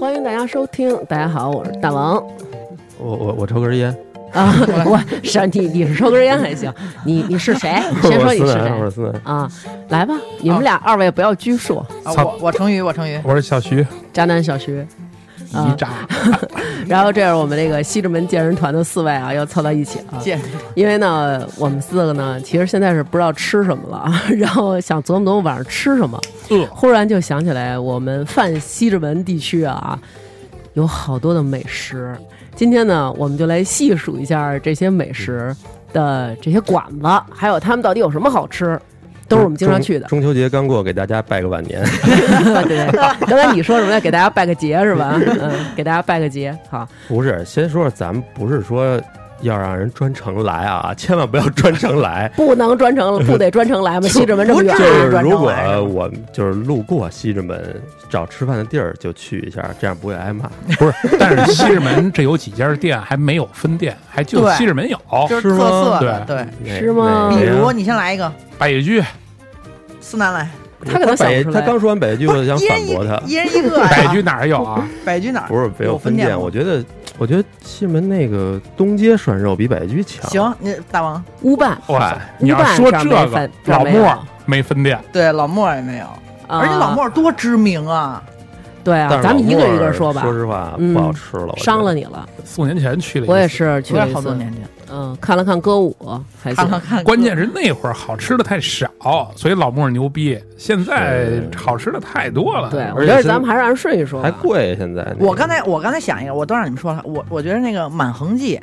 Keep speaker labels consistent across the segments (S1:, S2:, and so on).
S1: 欢迎大家收听。大家好，我是大 王
S2: 我我我抽根烟，
S1: 啊，我是你，你是抽根烟还行，你你是 谁？
S2: 我
S1: 先说
S2: 是
S1: 你是
S2: 思南，我
S1: 谁
S2: 是思南，
S1: 啊？来吧，你们俩二位不要拘束，
S3: 啊
S2: 操
S3: 我我成语，我成语，
S2: 我是小徐，
S1: 渣男小徐。啊
S2: 一扎，
S1: 然后这是我们这个西直门健身团的四位啊，又凑到一起了。
S3: 见
S1: 因为呢，我们四个呢，其实现在是不知道吃什么了， 然后想琢磨琢磨晚上吃什么，
S2: 饿
S1: 忽然就想起来我们泛西直门地区啊，有好多的美食。今天呢，我们就来细数一下这些美食
S2: 嗯
S1: 的这些馆子，还有他们到底有什么好吃，都是我们经常去的。
S2: 中中秋节刚过，给大家拜个晚年。
S1: 对对，对刚才你说什么要给大家拜个节是 吧？嗯，给大家拜个节，好。。
S2: 不是，先说说咱们不是说要让人专程来啊，千万不要专程来
S1: 不能专程，不得专程来吗？西直门这么远
S2: 就
S3: 不，
S2: 是
S3: 专程来
S2: 如果
S3: 是吧
S2: 我就是路过西直门找吃饭的地儿，就去一下，这样不会挨 骂。
S4: 不是， 但是西直门这有几家店还没有分店，还就
S3: 对
S4: 西直门有。
S3: 就是
S2: 是
S3: 特
S2: 吗
S3: 色的，对。
S2: 哪
S1: 是吗
S2: 哪
S3: 比
S2: 个呀
S3: 如你先来一个，
S4: 百叶居，
S3: 思南来，
S1: 他可能想
S2: 北，
S1: 不出
S2: 他
S1: 来。
S2: 刚说完北剧，我就想
S3: 一
S2: 反
S3: 人一
S2: 驳他。
S3: 一人一个呀。
S4: 百叶居哪儿有啊？
S3: 百居哪儿？
S2: 不是没
S3: 有
S2: 分
S3: 店
S2: 店，
S3: 吗
S2: 我觉得，我觉得西直门那个东街涮肉比北剧强。
S3: 行，你大王
S1: 乌办，
S4: 哇，
S1: 乌
S4: 你要
S1: 办
S4: 说
S1: 上
S4: 这
S1: 没分
S4: 个，
S1: 上
S4: 老
S1: 没有
S4: 莫儿没分店，
S3: 对老莫也没有，啊
S1: 啊
S3: 而且老莫多知名啊，
S1: 对啊
S2: 但，是
S1: 咱们
S2: 老
S1: 一个
S2: 莫
S1: 一个
S2: 儿
S1: 说吧，
S2: 说实话，
S1: 嗯
S2: 不好吃了，我觉得
S1: 伤了。你了。
S4: 四五年前去了一次。
S1: 我也是去
S3: 有
S1: 了
S3: 点
S1: 一
S3: 好多
S1: 次，
S3: 年前。
S1: 嗯，看了看歌舞，还
S3: 看
S1: 行
S3: 看。看，
S4: 关键是那会儿好吃的太少，所以老莫儿牛逼。现在好吃的太多了。
S1: 对，我
S2: 哎而
S1: 觉得
S2: 且
S1: 咱们还是按顺序说
S2: 还
S1: 吧。
S2: 贵，现在那个
S3: 哦我刚才我刚才想一个，我都让你们说了，我我觉得那个满恒记，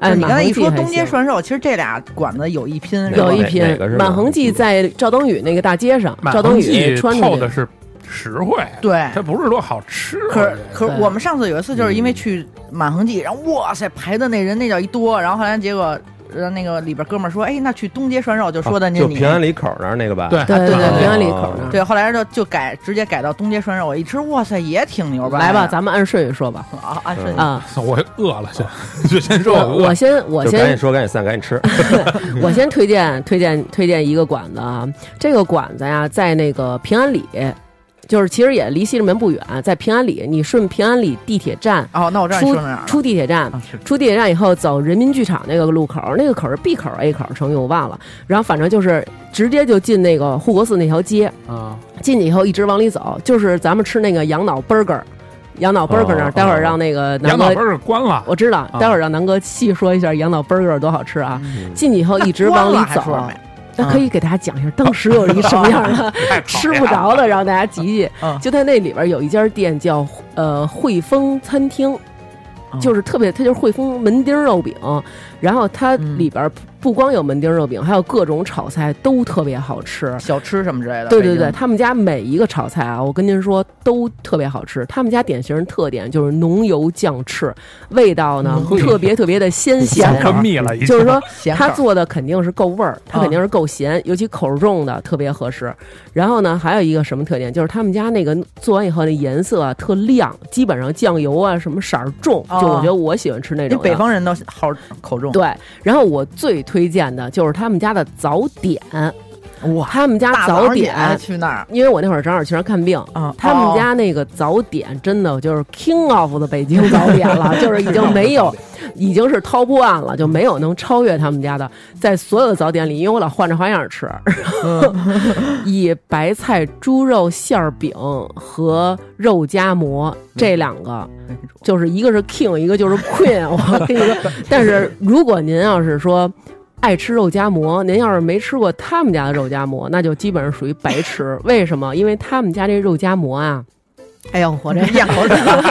S3: 就
S1: 哎，
S3: 是你
S1: 满
S3: 刚才
S1: 恒
S3: 一
S1: 记
S3: 说
S1: 还
S3: 东街
S1: 行。
S3: 涮肉，其实这俩馆子有一拼，是吧
S1: 有一
S2: 哪
S1: 拼
S2: 哪个是
S1: 满
S2: 满
S1: 恒
S2: 恒
S1: 记
S2: 记
S1: 在赵登禹那个大街上，
S4: 满
S1: 赵登
S4: 恒记
S1: 禹穿出
S4: 透的
S1: 去，
S4: 是实惠，
S3: 对。
S4: 它不是说好吃。
S3: 可
S4: 我
S3: 是
S4: 觉得
S3: 可是
S1: 对
S3: 我们上次有一次就是因为去满恒记，然后哇塞排的那人那叫一多，然后后来结果呃那个里边哥们儿说，哎，那去东街涮肉就说的
S2: 啊
S3: 那
S2: 就
S3: 你
S2: 平安里口那儿那个吧。
S4: 对
S1: 对对
S3: 对
S1: 对，
S3: 对
S1: 平安里口那儿。
S3: 对，后来就就改直接改到东街涮肉，我一吃，哇塞，也挺牛掰的。
S1: 来吧，咱们按顺序说吧。
S3: 啊，按顺序
S1: 啊，
S4: 我饿了，先就先说
S1: 我
S4: 我饿
S1: 我。先我
S2: 就赶紧
S1: 先
S2: 说，赶紧散，赶紧吃。
S1: 我先推荐推荐推荐一个馆子啊，这个馆子呀在那个平安里，就是其实也离西直门不远，在平安里，你顺平安里地铁站
S3: 哦，那我知道你
S1: 出
S3: 说哪儿了。
S1: 出地铁站，
S3: 啊是
S1: 出地铁站以后走人民剧场那个路口，那个口是 B 口 A 口成语我忘了，然后反正就是直接就进那个护国寺那条街，
S4: 啊，
S1: 进去以后一直往里走，就是咱们吃那个羊脑 burger，羊脑 burger 那儿，
S2: 哦
S1: 待会儿让那个南
S4: 羊
S1: 哥
S4: 脑，儿关了。
S1: 我知道，
S4: 啊
S1: 待会儿让南哥细说一下羊脑 burger 多好吃啊。
S2: 嗯
S1: 进去以后一直
S3: 关
S1: 往
S3: 了
S1: 里
S3: 还
S1: 走，啊
S3: 说没
S1: 那可以给大家讲一下当时有一什么样的
S4: 太讨
S1: 吃
S4: 厌
S1: 不
S4: 了
S1: 着的，让大家集集
S3: 嗯。
S1: 就在那里边有一家店叫呃汇丰餐厅，
S3: 嗯
S1: 就是特别，它就是汇丰门钉肉饼，然后它
S3: 嗯
S1: 里边不光有门钉肉饼，还有各种炒菜都特别好吃。
S3: 小吃什么之类的。
S1: 对对对，
S3: 北京，
S1: 他们家每一个炒菜啊，我跟您说都特别好吃。他们家典型特点就是浓油酱翅，味道呢
S4: 浓油
S1: 特别特别的鲜咸啊
S4: 想，跟蜜了，已经
S1: 就是说
S3: 咸
S1: 他
S3: 口
S1: 做的肯定是够味儿，他
S3: 啊
S1: 肯定是够咸，尤其口重的特别合适。然后呢，还有一个什么特点，就是他们家那个做完以后那颜色啊特亮，基本上酱油啊什么色儿重，
S3: 哦
S1: 就我觉得我喜欢吃那
S3: 这
S1: 种的
S3: 北方人都好口重。
S1: 对，然后我最推荐的就是他们家的早点，
S3: 哇，
S1: 他们家
S3: 大早
S1: 早
S3: 上起来
S1: 点，
S3: 去那儿
S1: 因为我那会儿正好去那儿看病，
S3: 啊，
S1: 他们
S3: 哦
S1: 家那个早点真的就是 king of 的北京早点了，就是已经没有，已经是 top one 了，就没有能超越他们家的。在所有的早点里，因为我老换着花样吃， 以白菜猪肉馅儿饼和肉夹馍这两个，就是一个是 king，一个就是 queen。我跟你说，但是如果您要是说。爱吃肉夹馍，您要是没吃过他们家的肉夹馍，那就基本上属于白吃。为什么？因为他们家这肉夹馍啊，哎呦，我这
S3: 咽口水了。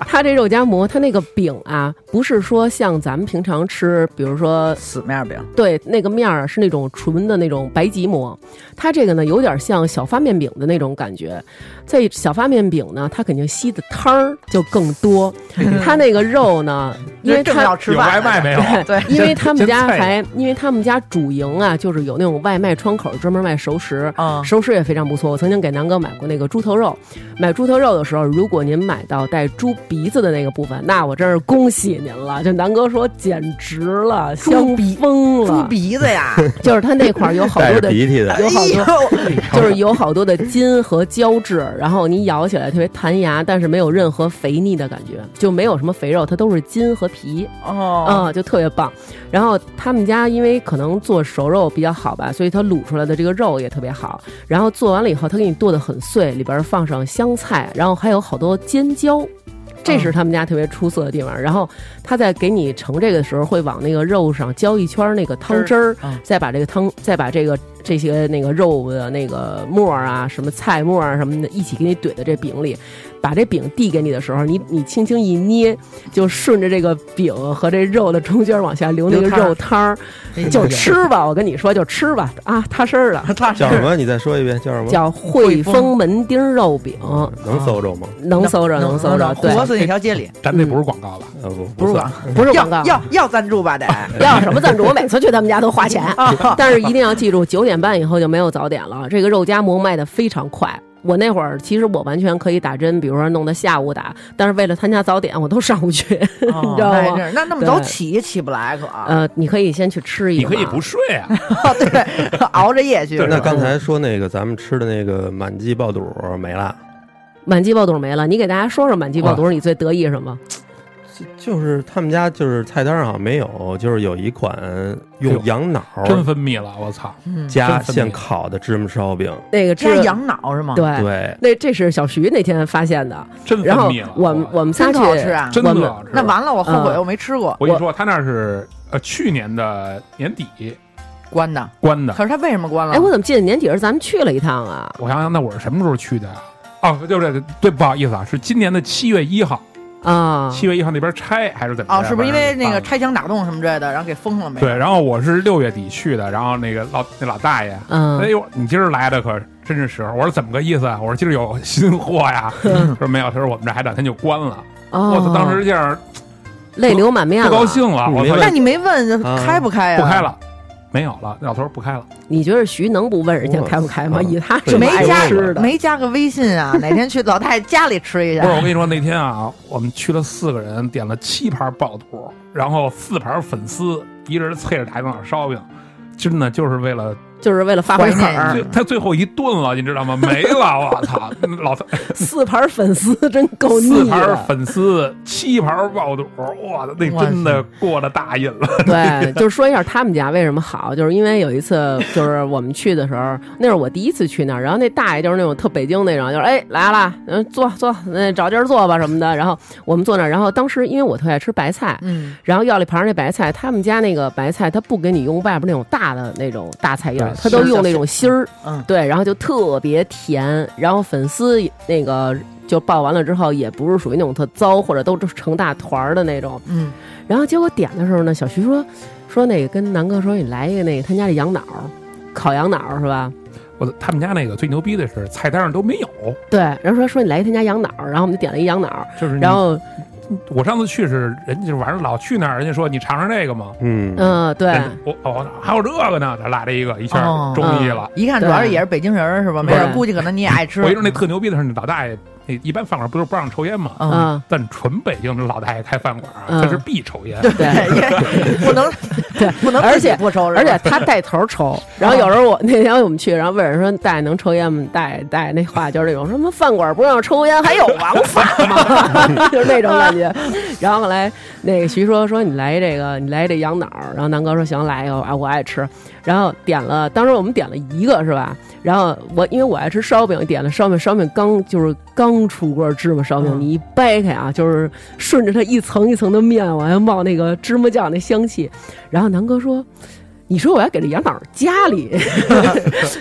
S1: 它这肉夹馍，它那个饼啊，不是说像咱们平常吃，比如说
S3: 死面饼，
S1: 对那个面儿是那种纯的那种白吉馍，它这个呢有点像小发面饼的那种感觉。在小发面饼呢，它肯定吸的汤儿就更多， 它那个肉呢，因为
S3: 正
S1: 它
S3: 要吃
S4: 有外
S3: 饭，
S4: 卖没有？
S3: 对，
S1: 因为他们家
S4: 真菜
S1: 还，因为他们家主营啊，就是有那种外卖窗口专门卖熟食，
S3: 嗯
S1: 熟食也非常不错。我曾经给南哥买过那个猪头肉，买猪猪头肉的时候，如果您买到带猪鼻子的那个部分，那我真是恭喜您了。就南哥说，简直了，香疯
S3: 猪
S1: 了，
S3: 鼻子呀，
S1: 就是它那块儿有好
S2: 带
S1: 多的
S2: 着鼻涕 的，
S1: 有好 多
S3: 哎呦
S1: 就是有好多的筋和胶质，然后你咬起来特别弹牙，但是没有任何肥腻的感觉，就没有什么肥肉，它都是筋和皮，
S3: 哦，
S1: 啊、就特别棒。然后他们家因为可能做熟肉比较好吧，所以它卤出来的这个肉也特别好。然后做完了以后，它给你剁得很碎，里边放上香菜，然后还有好多尖椒。这是他们家特别出色的地方。然后他在给你盛这个的时候，会往那个肉上浇一圈那个汤汁儿，
S3: 嗯
S1: 再把这个汤，再把这个这些那个肉的那个沫儿啊、什么菜沫儿啊什么的，一起给你怼到这饼里。把这饼递给你的时候，你你轻轻一捏，就顺着这个饼和这肉的中间往下流那个
S3: 流汤儿
S1: 肉汤儿，
S3: 哎
S1: 就 吃吧。我跟你说，就吃吧啊，踏实儿的，
S3: 他
S2: 叫什么？你再说一遍，叫什么？
S1: 叫嗯汇丰门钉肉饼，
S2: 能搜着吗？
S1: 能搜着能搜着，对，
S3: 活死那条街里，
S4: 咱这不是广告
S2: 啊
S3: 嗯
S4: 吧？
S2: 不，
S1: 不是
S2: 算
S1: 广，不是广告
S3: 要，要要赞助 吧得，哦
S1: 要什么赞助？我每次去他们家都花钱， 但是一定要记住，九点半以后就没有早点了。这个肉夹馍卖的非常快。我那会儿其实我完全可以打针，比如说弄到下午打，但是为了参加早点，我都上不去。
S3: 你
S1: 知道吗
S3: 哦那那么
S1: 对
S3: 早起也起不来可，
S1: 呃，你可以先去吃一
S4: 啊你
S1: 碗，
S4: 可以不睡啊，
S3: 对，熬着夜去。
S2: 那刚才说那个咱们吃的那个满记爆肚没了，
S1: 满记爆肚没了。你给大家说说满记爆
S4: 啊
S1: 肚，你最得意什么？
S2: 就就是他们家就是菜单上好像没有，就是有一款
S4: 哎
S2: 用
S4: 呦
S2: 羊脑
S4: 真分泌了，我操！
S3: 嗯
S2: 加
S4: 真分
S2: 现
S4: 别
S2: 烤的芝麻烧饼，
S1: 那个
S3: 加
S1: 吃
S3: 羊脑是吗？，
S1: 对，
S2: 对，
S1: 那这是小徐那天发现的。
S4: 真分
S1: 然后
S4: 泌了。
S1: 我们我们仨
S3: 真
S1: 去
S3: 特好吃啊！
S4: 真
S1: 我们
S4: 的好吃。
S3: 那完了，我后悔
S1: 嗯
S3: 我没吃过
S4: 我跟你说，他那是呃去年的年底
S3: 关的，
S4: 关的。
S3: 可是他为什么关了？
S1: 嗯哎，我怎么记得年底是咱们去了一趟啊？
S4: 我想想，那我是什么时候去的呀？哦，对不对？对，不好意思啊，是今年的七月一号，
S1: 啊，
S4: 七月一号那边拆还是怎么着？
S3: 嗯哦，是不是因为那个
S4: 反正
S3: 拆墙打洞什么之类的，然后给封了没？
S4: 对，然后我是六月底去的，然后那个老那老大爷，哎
S1: 嗯，
S4: 呦，你今儿来的可真是时候。我说怎么个意思啊？我说今儿有新货呀。
S3: 嗯
S4: 他说没有，他说我们这还两天就关了。我操，
S1: 哦，
S4: 当时这样
S1: 泪流满面
S4: 不
S1: 了，
S4: 高兴了，
S2: 嗯
S4: 我
S2: 没
S4: 操，
S3: 那你没问
S1: 嗯
S2: 啊
S3: 开不开呀？
S4: 不开，了，没有了。那老头儿不开了，
S1: 你觉得徐能不问人家
S2: 我
S1: 开不开吗？
S2: 啊
S4: 嗯
S1: 以他这
S2: 对
S1: 么
S3: 没
S1: 爱
S3: 加
S1: 吃的，
S3: 没加个微信啊？哪天去老太太家里吃一下
S4: 不是？我跟你说，那天啊，我们去了四个人，点了七盘爆肚，然后四盘粉丝，一人啐着大羊脑烧饼，真的就是为了
S1: 就是为了发回口
S3: 怀念
S1: 儿
S3: 嗯。
S4: 最他最后一顿了，你知道吗？没了，我操！老头
S1: 四盘粉丝真够
S4: 四
S1: 腻
S4: 盘
S1: 的，
S4: 粉丝，七盘爆肚，哇，那真的过了大瘾了。
S1: 对，就是说一下他们家为什么好，就是因为有一次，就是我们去的时候，那是我第一次去那儿，然后那大爷就是那种特北京那种，就是哎来了，嗯，坐坐，嗯，找地儿坐吧什么的。然后我们坐那儿，然后当时因为我特爱吃白菜，
S3: 嗯，
S1: 然后要了一盘那白菜，他们家那个白菜，他不给你用外边那种大的那种大菜叶儿
S4: 对，
S1: 他都用那种芯儿，
S3: 嗯
S1: 对，然后就特别甜，然后粉丝那个就爆完了之后，也不是属于那种特糟或者都成大团儿的那种，
S3: 嗯，
S1: 然后结果点的时候呢，小徐说 说那个跟南哥说，你来一个那个他家的羊脑儿，烤羊脑儿是吧？
S4: 我他们家那个最牛逼的是菜单上都没有，
S1: 对，然后说说你来一个他家羊脑儿，然后我们就点了一羊脑儿，
S4: 就是你
S1: 然后
S4: 我上次去是人家就晚上老去那儿，人家说你尝尝这个嘛。
S2: 嗯，
S1: 嗯、对。
S4: 人我哦还有这个呢，这来了一个，一下
S3: 哦
S4: 中意了。
S3: 一看主
S1: 对
S3: 要是也是北京人儿是吧？没
S1: 对
S3: 事，估计可能你也爱吃
S4: 我。一说那特牛逼的是，那老大爷那一般饭馆不是不让抽烟吗？
S3: 嗯，
S1: 啊、
S4: 但纯北京的老大爷开饭馆，
S1: 嗯
S4: 他是必抽烟。
S1: 对，
S3: 因为不能
S1: 嗯 对
S3: 不能
S1: 而
S3: 自己
S1: 且
S3: 不抽，是吧
S1: 而且他带头抽， 然后有时候我那天我们去，然后问人说大爷能抽烟吗？大爷大爷那话就是那种什么饭馆不让抽烟，还有王法吗？ 就是那种感觉。然后后来那个徐说说你来这个你来这羊脑儿，然后南哥说行来一个啊我爱吃，然后点了当时我们点了一个是吧？然后我因为我爱吃烧饼，点了烧饼，烧饼刚就是刚出锅芝麻烧饼，
S3: 嗯
S1: 你一掰开啊，就是顺着它一层一层的面往下冒那个芝麻酱那香气。然后南哥说：“你说我要给这羊脑家 里，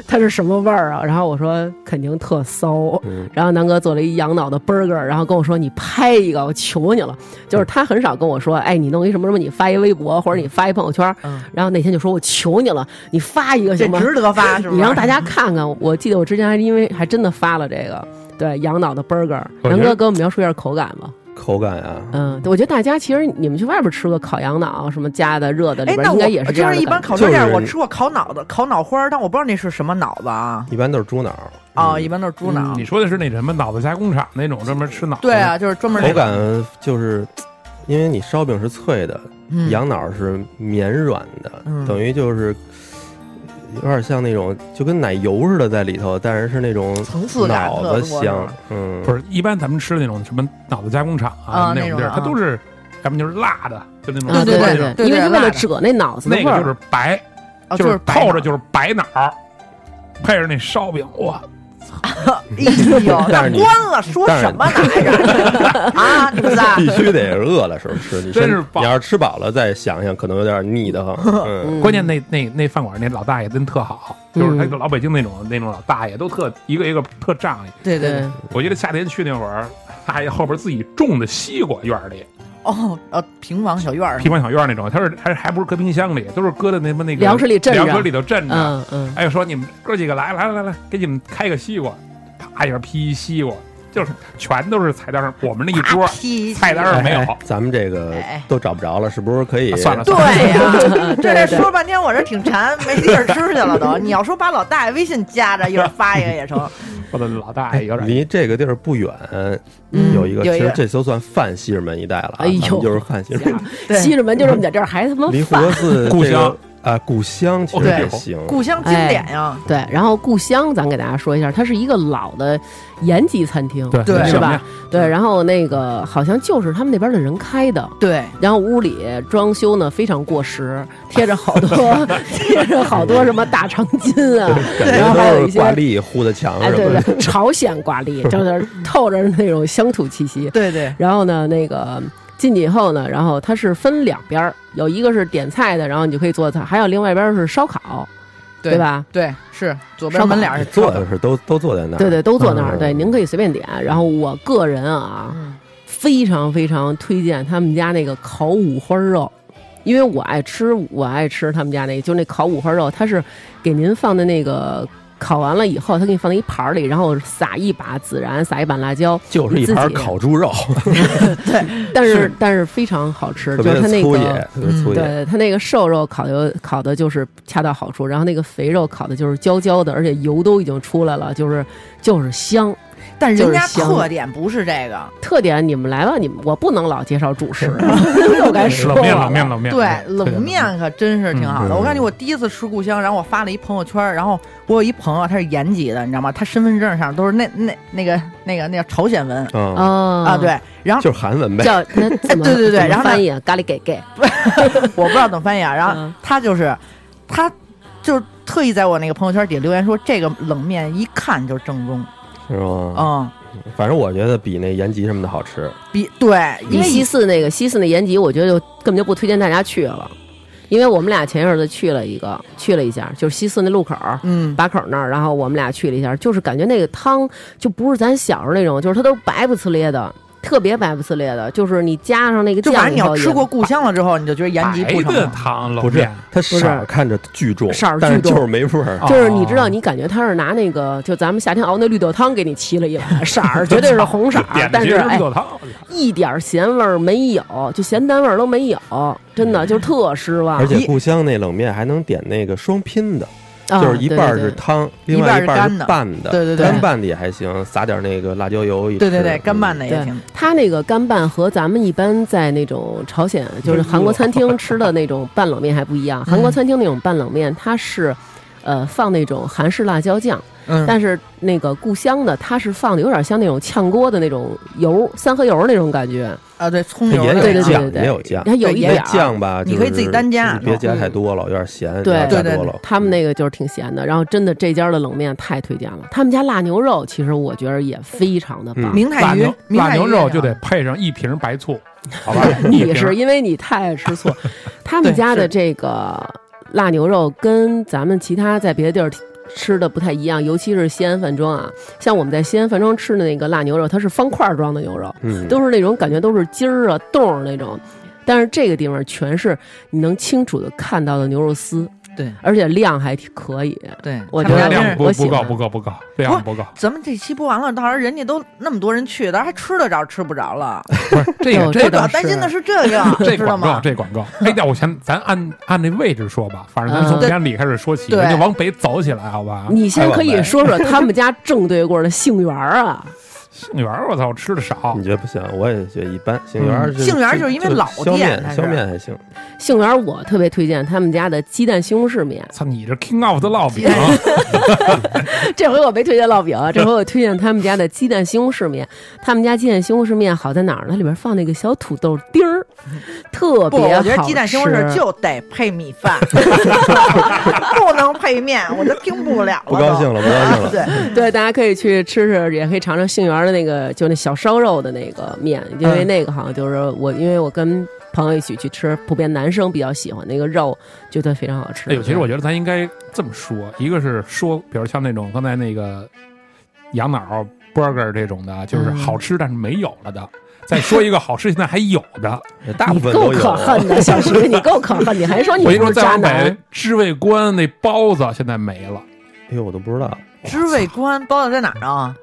S1: 它是什么味儿啊？”然后我说：“肯定特骚。”
S2: 嗯
S1: 然后南哥做了一羊脑的 burger，然后跟我说：“你拍一个，我求你了。”就是他很少跟我说：“哎，你弄一什么什么，你发一微
S4: 嗯
S1: 博或者你发一朋友圈。
S3: 嗯”
S1: 然后那天就说：“我求你了，你发一个
S3: 这
S1: 行吗？”
S3: 值得发是吧？
S1: 你让大家看看，我记得我之前还因为还真的发了这个，对羊脑的 burger，
S4: 我
S1: 南
S4: 觉得
S1: 哥给我们描述一下口感吧。
S2: 口感啊，
S1: 嗯，对我觉得大家其实你们去外边吃个烤羊脑，什么加的热的里
S3: 哎，
S1: 边
S3: 那
S1: 应
S3: 我
S1: 该也是这
S3: 就
S1: 样
S3: 是
S1: 的
S3: 一
S1: 感
S3: 般
S1: 觉。
S3: 烤串店，
S2: 就是
S3: 我吃过烤脑子、烤脑花儿，但我不知道那是什么脑子啊。
S2: 一般都是猪脑，
S4: 嗯
S2: 嗯
S3: 啊，一般都是猪脑
S4: 你。说的是那什么脑子加工厂那种专门吃脑子？
S3: 对啊，，就是专门那
S2: 口
S3: 个
S2: 感就是因为你烧饼是脆的，
S3: 嗯
S2: 羊脑是绵软的，
S3: 嗯
S2: 等于就是有点像那种就跟奶油似的在里头，但是是那种
S3: 层次感
S2: 脑
S3: 特
S2: 子
S3: 多是
S2: 香
S3: 吧，
S2: 嗯，
S4: 不是一般咱们吃的那种什么脑子加工厂
S3: 啊
S4: 那
S3: 那
S4: 种
S3: 种
S4: 地儿，
S3: 的
S4: 它
S3: 啊
S4: 都是要么就是辣的，就那种
S1: 啊，
S3: 对
S1: 对
S4: 那种
S3: 对
S1: 因为他为
S3: 辣
S1: 了
S3: 的
S1: 褶那脑子的
S4: 那
S1: 味
S4: 个
S1: 儿，
S4: 就是白，
S3: 哦
S4: 就是是
S3: 白
S4: 泡
S3: 脑
S4: 着就是白脑儿，配着那烧饼，哇，
S3: 哎 呦，
S2: 但
S3: 那
S2: 是你
S3: 关了说
S2: 但是
S3: 什么呢？还是 啊，你们 仨
S2: 必须得是饿的时候吃，你
S4: 真
S2: 先
S4: 是棒
S2: 你要是吃饱了再想想，可能有点腻得慌。 嗯，
S1: 嗯
S4: 关键那那那饭馆那老大爷真特好，就是他
S1: 嗯
S4: 老北京那种那种老大爷都特一个一个特仗义。
S3: 对对
S1: 对
S3: 对，，
S4: 我记得夏天去那会儿，大爷后边自己种的西瓜院儿里，
S3: 哦哦，平房小院
S1: 嗯
S3: 儿
S4: 平房小院儿那种，他是还还不是搁冰箱里，都是搁在那么那个
S1: 粮食里镇着
S4: 粮食里头镇着。
S1: 嗯嗯，
S4: 哎，说你们哥几个来来来来，给你们开个西瓜，啪一下劈一西瓜，就是全都是菜单上，我们那一桌
S3: 踢
S4: 菜单
S2: 哎
S4: 上没有
S2: 哎。咱们这个
S3: 哎
S2: 都找不着了，是不是可以
S4: 啊算了
S3: 对呀、 这
S1: 对对
S3: 这说半天我这挺馋，没地儿吃去了都。你要说把老大爷微信加着，一会儿发一个也成。
S4: 我的老大哎爷有
S1: 哎
S4: 点
S2: 离这个地儿不远，
S1: 嗯
S2: 有一个，
S3: 有一
S2: 其
S3: 个
S2: 实这就算泛西直门一带了啊，
S1: 哎呦
S2: 咱们就是泛西直门，
S3: 对
S1: 西直门就这么点地儿，还他妈
S2: 离护
S1: 饭。
S2: 国寺
S4: 故
S2: 这个
S4: 乡
S2: 啊，故乡其实
S3: 对
S2: 也行，
S3: 故乡经典呀，
S1: 对，然后故乡，咱给大家说一下，它是一个老的延吉餐厅，
S4: 对
S3: 对
S1: 是
S4: 什么呀
S1: 吧？对，然后那个好像就是他们那边的人开的，
S3: 对，
S1: 然后屋里装修呢非常过时，贴着好 多贴着好多什么大长今啊，
S2: 感
S1: 然后还
S2: 觉
S1: 有
S2: 都
S1: 一
S2: 是
S1: 些
S2: 挂历糊的墙
S1: 哎
S2: 什
S1: 对
S2: 么的。
S1: 对，朝鲜挂历，就是透着那种乡土气息。
S3: 对对，
S1: 然后呢，那个进去以后呢，然后它是分两边儿，有一个是点菜的，然后你就可以做菜，还有另外一边儿是烧烤，
S3: 对
S1: 对吧？
S3: 对，是左
S1: 烧
S3: 边
S1: 烤
S3: 门脸儿是
S2: 啊坐的是都都坐在那儿，
S1: 对对，都坐那儿，
S2: 嗯
S1: 对，您可以随便点。然后我个人啊，
S3: 嗯
S1: 非常非常推荐他们家那个烤五花肉，因为我爱吃，我爱吃他们家那个，就那烤五花肉，它是给您放的那个。烤完了以后，他给你放在一盘儿里，然后撒一把孜然，撒一把辣椒，
S2: 就是一
S1: 你自己
S2: 盘烤猪肉，
S1: 但是但是非常好吃，
S2: 特
S1: 就
S2: 别
S1: 是它
S2: 的
S1: 那
S2: 粗
S1: 个
S2: 野，特别
S3: 嗯
S2: 粗野。
S1: 对，它那个瘦肉烤的烤的就是恰到好处，然后那个肥肉烤的就是焦焦的，而且油都已经出来了，就是就是香。
S3: 但人家
S1: 就是香
S3: 特点不是这个，
S1: 特点你们来吧，你们我不能老介绍主 食，又该说啊
S4: 冷面冷
S1: 我
S4: 面
S1: 了。
S4: 冷面，
S3: 对，冷面可真是挺好的。
S2: 嗯
S3: 我感觉我第一次吃故乡，然后我发了一朋友圈，然后我有一朋友他是延吉的，你知道吗？他身份证上都是那那那个那个那个朝鲜文
S2: 嗯，
S1: 啊
S3: 啊，，对，然后
S2: 就是韩文呗，
S1: 叫那怎么
S3: 对对对
S1: 怎么
S3: 然后呢
S1: 翻译啊咖喱给给，
S3: 我不知道怎么翻译啊。然后
S1: 嗯
S3: 他就是，他就是特意在我那个朋友圈底留言说，这个冷面一看就是正宗，
S2: 是吗？
S3: 嗯，
S2: 反正我觉得比那延吉什么的好吃。
S3: 比对，因
S1: 因为
S3: 为
S1: 西
S3: 一
S1: 四那个西四那延吉，我觉得就根本就不推荐大家去了，因为我们俩前一阵子去了一个去了一下，就是西四那路口。
S3: 嗯，
S1: 把口那儿，然后我们俩去了一下，就是感觉那个汤就不是咱小时候那种，就是它都是白不呲咧的，特别白不呲咧的，就是你加上那个
S3: 就反
S1: 酱
S3: 正
S1: 以后也，
S3: 你要吃过故乡了之后，你就觉得延吉不
S4: 白的
S3: 成。
S4: 汤冷
S2: 不是
S4: 面，
S2: 它色儿看着巨重，
S1: 色儿巨
S2: 但是
S1: 重嗯
S2: 就是没味儿。
S3: 哦
S1: 就是你知道，你感觉他是拿那个，就咱们夏天熬那绿豆汤给你沏了一碗，色儿 绝对是红色儿
S4: 点，的
S1: 但
S4: 其
S1: 是
S4: 实绿
S1: 哎，
S4: 豆汤，
S1: 一点儿咸味儿没有，就咸淡味儿都没有，真
S3: 嗯
S1: 的就是特失望。
S2: 而且
S3: 一
S2: 故乡那冷面还能点那个双拼的，
S1: 啊
S2: 就是一
S1: 对
S2: 半儿
S1: 对
S2: 是
S1: 对
S2: 汤，
S3: 一
S2: 另外
S3: 半儿是
S2: 半儿
S3: 干的
S2: 是拌的。
S3: 对对对
S2: 干拌的也还行，撒点那个辣椒油一吃。
S3: 对对对，干拌的也
S1: 对
S3: 挺，
S1: 它那个干拌和咱们一般在那种朝鲜就是韩国餐厅吃的那种拌冷面还不一
S2: 嗯
S1: 样。韩国餐厅那种拌冷面，它是，呃，放那种韩式辣椒酱，
S3: 嗯，
S1: 但是那个故乡的它是放的有点像那种炝锅的那种油，三合油那种感觉，
S3: 啊，对，葱
S2: 嗯，它
S3: 油
S2: 也
S3: 的
S1: 对对
S2: 有酱，
S1: 对嗯
S2: 也有酱。
S1: 它有
S3: 对
S1: 一
S3: 也
S1: 点
S2: 那
S1: 儿
S2: 酱吧，
S3: 你
S2: 就
S3: 可以自己
S2: 是
S3: 单加
S2: 你别加
S1: 嗯
S2: 太多了，有点咸。
S1: 对
S2: 你要加
S3: 对对
S2: 多
S3: 对
S2: 了。
S1: 他们那个就是挺咸的。然后真的这家的冷面太推荐了，他们家辣牛肉其实我觉得也非常的棒。
S2: 嗯
S3: 明
S4: 辣
S3: 太鱼
S4: 牛，
S3: 明
S4: 辣
S3: 太鱼
S4: 牛
S3: 也挺
S4: 肉就得
S3: 好
S4: 配上一瓶 白醋，
S2: 嗯
S4: 好 吧？一
S1: 你
S4: 瓶
S1: 啊是因为你太爱吃醋，他们
S3: 对
S1: 家的
S3: 是
S1: 这个辣牛肉跟咱们其他在别的地儿吃的不太一样，尤其是西安饭庄啊，像我们在西安饭庄吃的那个辣牛肉，它是方块装的牛肉，
S2: 嗯，
S1: 都是那种感觉都是筋儿啊、冻儿那种。但是这个地方全是你能清楚的看到的牛肉丝，
S3: 对啊
S1: 而且量还挺可以。
S3: 对，
S1: 我
S3: 他
S1: 觉
S3: 们
S1: 得
S3: 家真
S4: 量
S3: 是
S1: 我
S4: 不
S1: 喜
S4: 不够
S1: 欢
S4: 不够不够，量不够。
S3: 咱们这期播完了，到时候人家都那么多人去，到时候还吃得着吃不着了。
S4: 不是这
S1: 有
S4: 个
S1: 这
S4: 哎这
S3: 主
S1: 倒
S3: 要
S1: 是
S4: 个
S3: 担心的是这个，
S4: 这
S3: 知道
S4: 广告
S3: 吗？
S4: 这广告，哎，那我先咱按按那位置说吧，反正咱从
S1: 嗯
S4: 家里开始说起，
S3: 对
S4: 咱就往北走起来，好吧？
S1: 你先可
S2: 哎
S1: 以
S2: 呦
S1: 说说他们家正对过的杏园儿啊，
S4: 杏园儿，我操，我吃的少
S2: 你，觉得不行？我也觉得一般。杏园儿
S4: 嗯
S2: 就
S3: 杏园儿就是因为老
S2: 削
S3: 店它
S2: 面
S3: 是
S2: 削面还行，
S1: 杏园儿我特别推荐他们家的鸡蛋西红柿面。
S4: 操，你这 King of 的烙饼，
S1: 这回我没推荐烙饼啊，这回我推荐他们家的鸡蛋西红柿面。他们家鸡蛋西红柿面好在哪儿呢？它里边放那个小土豆丁儿，特
S3: 不，
S1: 别好
S3: 我觉得鸡蛋西红柿
S1: 吃
S3: 就得配米饭， 不能配面，我都听不了了。
S2: 不高兴。了，不高 兴了。
S3: 对，
S1: 对，大家可以去吃吃，也可以尝尝杏园儿的那个，就那小烧肉的那个面，因
S3: 嗯
S1: 为那个好像就是我，因为我跟朋友一起去吃，普遍男生比较喜欢那个肉，觉得非常好吃。
S4: 哎呦，其实我觉得咱应该这么说，一个是说，比如像那种刚才那个羊脑 burger 这种的，就是
S1: 嗯
S4: 好吃但是没有了的。再说一个好吃，现在还有 的。
S2: 大部
S1: 你
S2: 分
S1: 够
S2: 都有
S1: 可恨的，小石，你够可恨，你还说你
S4: 啊我跟你
S1: 不
S4: 说，
S1: 是
S4: 再
S1: 渣
S4: 往
S1: 男
S4: 北，，知味观那包子现在没了。
S2: 哎呦，我都不知道。
S3: 知味观包子在哪儿啊？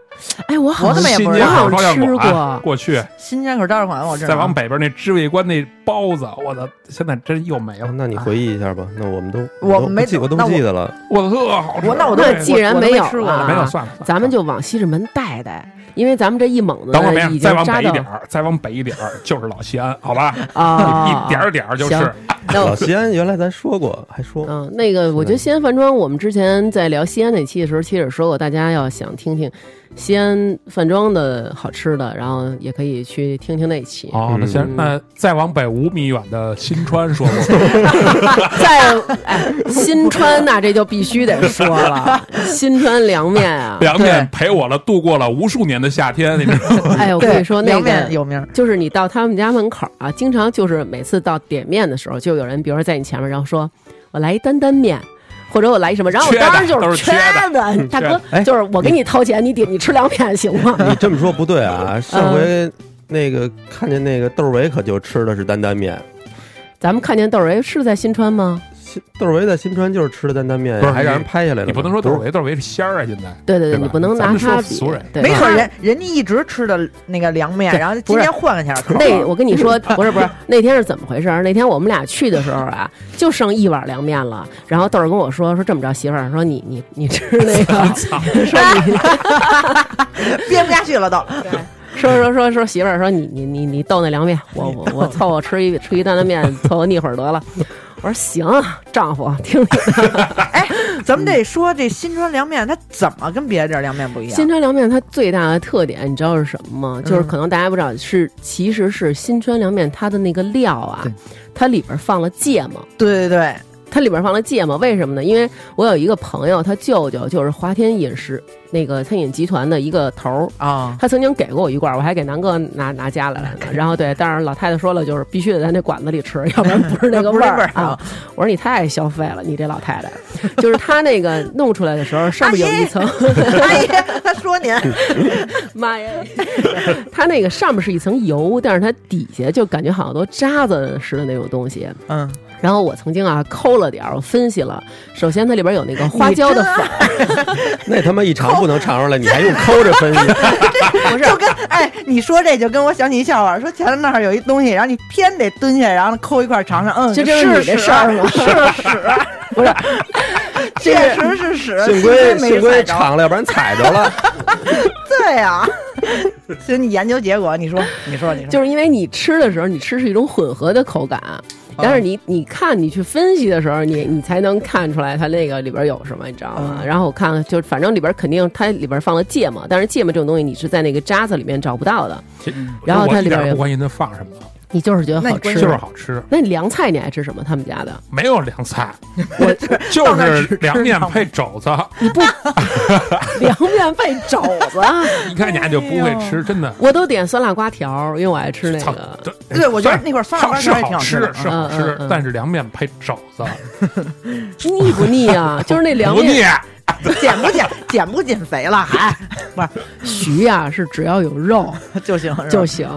S1: 哎，我好
S3: 我怎
S1: 像
S3: 么也不
S4: 新
S3: 知
S4: 街
S3: 道
S4: 口照相
S1: 吃
S4: 馆
S1: 过
S4: 啊过去，
S3: 新街口大肉馆我知道。
S4: 再
S1: 啊
S4: 往，北边那知味观那包子，我操，现在真又没了。
S2: 那你回忆一下吧。那我们都
S3: 我
S2: 都不
S3: 没
S2: 记，我都
S3: 那
S2: 不
S3: 我
S2: 记得 了。
S4: 我特好吃。
S3: 我那我都
S1: 那
S3: 没啊
S1: 既然
S3: 我都
S1: 没有
S3: 吃过
S1: 了
S4: 没有算了，
S1: 啊 咱们就往西直门带带，因为咱们这一猛子
S4: 等会儿没
S1: 呢已
S4: 事，
S1: 经
S4: 再往
S1: 扎
S4: 北一
S1: 到
S4: 点儿，再往北一点儿就是老西安，好吧？
S1: 啊，
S4: 一点儿点儿 就是
S1: 行。
S3: 嗯
S1: 那
S2: 老
S1: 我
S2: 西安原来咱说过，还说
S1: 嗯，那个，我觉得西安饭庄，我们之前在聊西安那期的时候，其实也说过，大家要想听听西安饭庄的好吃的，然后也可以去听听那期。
S4: 哦，那行，那再往北五米远的新川说过，
S1: 在哎，新川那这就必须得说了，新川凉面啊，
S4: 凉面陪我了，度过了无数年的夏天，你知道吗？
S1: 哎，我
S3: 我
S1: 跟你说，那
S3: 凉面
S1: 个
S3: 有名儿。
S1: 就是你到他们家门口啊，经常就是每次到点面的时候，就有人，比如说在你前面，然后说我来一担担面。或者我来一什么，然后我
S4: 缺的
S1: 当时就
S4: 都是缺
S1: 的，大哥
S4: 缺的，嗯
S2: 哎
S1: 就是我给你掏钱，你点你吃凉面行吗？
S2: 你这么说不对
S3: 嗯
S2: 啊！上回那个看见那个窦唯可就吃的是担担面，
S1: 咱们看见窦唯是在新川吗？
S2: 新窦唯在新川就是吃的担担面
S4: 不是
S2: 呀，还让人拍下来了。
S4: 你不能说窦
S2: 窦唯，
S4: 唯，窦唯是仙儿啊，现在
S1: 对对
S4: 对吧
S1: 你不能
S4: 咱
S1: 拿
S4: 们说
S1: 他比
S4: 俗人。
S1: 对
S3: 没
S1: 吧
S3: 准儿人人家一直吃的那个凉面，
S1: 对
S3: 然后
S1: 不
S3: 今
S1: 是
S3: 天换个下 口儿。
S1: 那我跟你说，不是不是，那天是怎么回事儿？那天我们俩去的时候啊，就剩一碗凉面了。然后豆儿跟我说说这么着，媳妇儿说你你你吃那 个， 说你
S3: 编不下去了都。
S1: 说说说说媳妇儿说你你你你逗那凉面，我我我凑合吃一吃一担担面，凑合腻会儿得了。我说行啊，丈夫听你的。
S3: 咱们得说这新川凉面，它怎么跟别的地儿凉面不一样？
S1: 新川凉面它最大的特点，你知道是什么吗？就是
S3: 嗯
S1: 可能大家不知道，是其实是新川凉面它的那个料啊
S3: 对，
S1: 它里边放了芥末。
S3: 对对对，
S1: 它里边放了芥末，为什么呢？因为我有一个朋友，他舅舅就是华天饮食那个餐饮集团的一个头儿，
S3: 啊，
S1: 他曾经给过我一罐儿，我还给南哥拿拿家 来了呢。然后对，但是老太太说了，就是必须得在那馆子里吃，要不然不是那个
S3: 不
S1: 味
S3: 是那味
S1: 儿
S3: 儿
S1: 啊。我说你太消费了，你这老太太，就是他那个弄出来的时候，上面有一层，
S3: 阿姨，哎他说您
S1: 妈呀，它那个上面是一层油，但是它底下就感觉好像都渣子似的那种东西。
S3: 嗯，
S1: 然后我曾经啊抠了点儿，我分析了，首先它里边有那个花椒的粉儿，
S2: 那他妈一尝不能尝出来，你还用抠着 分析？
S3: 不是，就跟哎，你说这就跟我想起一笑话，说前头那儿有一东西，然后你偏得蹲下，然后抠一块尝尝，嗯，
S1: 这就是你的事儿吗？
S3: 啊是屎，
S1: 不是，这
S3: 确
S1: 是
S3: 实是屎，
S2: 幸
S3: 亏
S2: 亏
S3: 没
S2: 幸亏
S3: 踩着
S2: 尝了，要不然踩着了。
S3: 对呀。 所以你研究结果，你说，你说，你说，
S1: 就是因为你吃的时候，你吃是一种混合的口感，但是你你看你去分析的时候，你你才能看出来它那个里边有什么，你知道吗？
S3: 嗯
S1: 然后我看就反正里边肯定它里边放了芥末，但是芥末这种东西你是在那个渣子里面找不到的，然后
S4: 我
S1: 它里
S4: 一点
S1: 边
S4: 儿
S1: 有
S4: 不关心它放什么，
S1: 你就是觉得
S3: 那
S1: 好
S3: 你
S1: 吃。
S4: 就是好吃，
S1: 那你凉菜你爱吃什么？他们 家的
S4: 没有凉菜，
S3: 我
S4: 就
S3: 到那儿
S4: 是
S3: 吃
S4: 凉面配肘子。
S1: 凉面配肘子，
S4: 一看你还就不会吃，真的。
S1: 我都点酸辣瓜条，因为我爱吃那
S4: 操
S1: 个，。
S4: 这
S3: 对，我觉得那块酸辣
S4: 好
S3: 瓜
S4: 是
S3: 条也挺
S4: 好
S3: 好吃的
S4: 吃，，是好
S1: 嗯嗯
S4: 吃
S1: 嗯，
S4: 但是凉面配肘子
S1: 腻不腻啊？就是那凉
S4: 不
S1: 面
S4: 腻。
S3: 啊减不减，减不减肥了，还
S1: 徐呀、是只要有肉
S3: 就行，是吧
S1: 就行。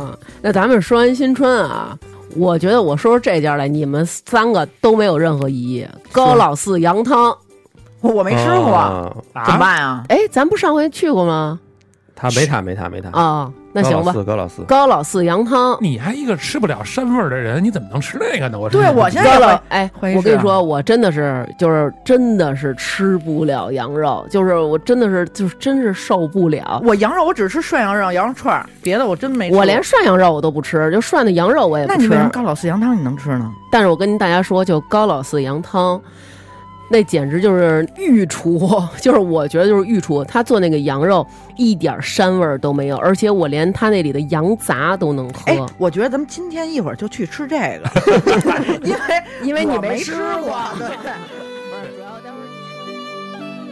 S1: 那咱们说完新川啊，我觉得我说出这家来，你们三个都没有任何异议。高老四羊汤，
S3: 我没吃过，
S2: 啊
S3: 怎么
S4: 啊，
S3: 办呀？
S1: 哎，咱不上回去过吗？
S2: 他没他没他没他。
S1: 啊，那
S2: 高
S1: 行
S2: 老
S1: 吧。
S2: 四，高老四，
S1: 高老四羊汤，
S4: 你还一个吃不了膻味儿的人，你怎么能吃那个呢？我
S3: 对
S4: 真的
S3: 我现在
S1: 高
S3: 也
S1: 老
S3: 会
S1: 哎，
S3: 回啊
S1: 我跟
S3: 是
S1: 你说，我真的是就是真的是吃不了羊肉，就是我真的是就是真是受不了。
S3: 我羊肉我只吃涮羊肉、羊肉串儿，别的我真没吃过。
S1: 我连涮羊肉我都不吃，就涮的羊肉我也不
S3: 那
S1: 吃。
S3: 你为什么高老四羊汤你能吃呢？
S1: 但是我跟大家说，就高老四羊汤，那简直就是御厨，就是我觉得就是御厨，他做那个羊肉一点膻味儿都没有，而且我连他那里的羊杂都能
S3: 哎
S1: 喝，，
S3: 我觉得咱们今天一会儿就去吃这个， 因为
S1: 因为你
S3: 我没
S1: 吃
S3: 过。对。
S1: 主要待会儿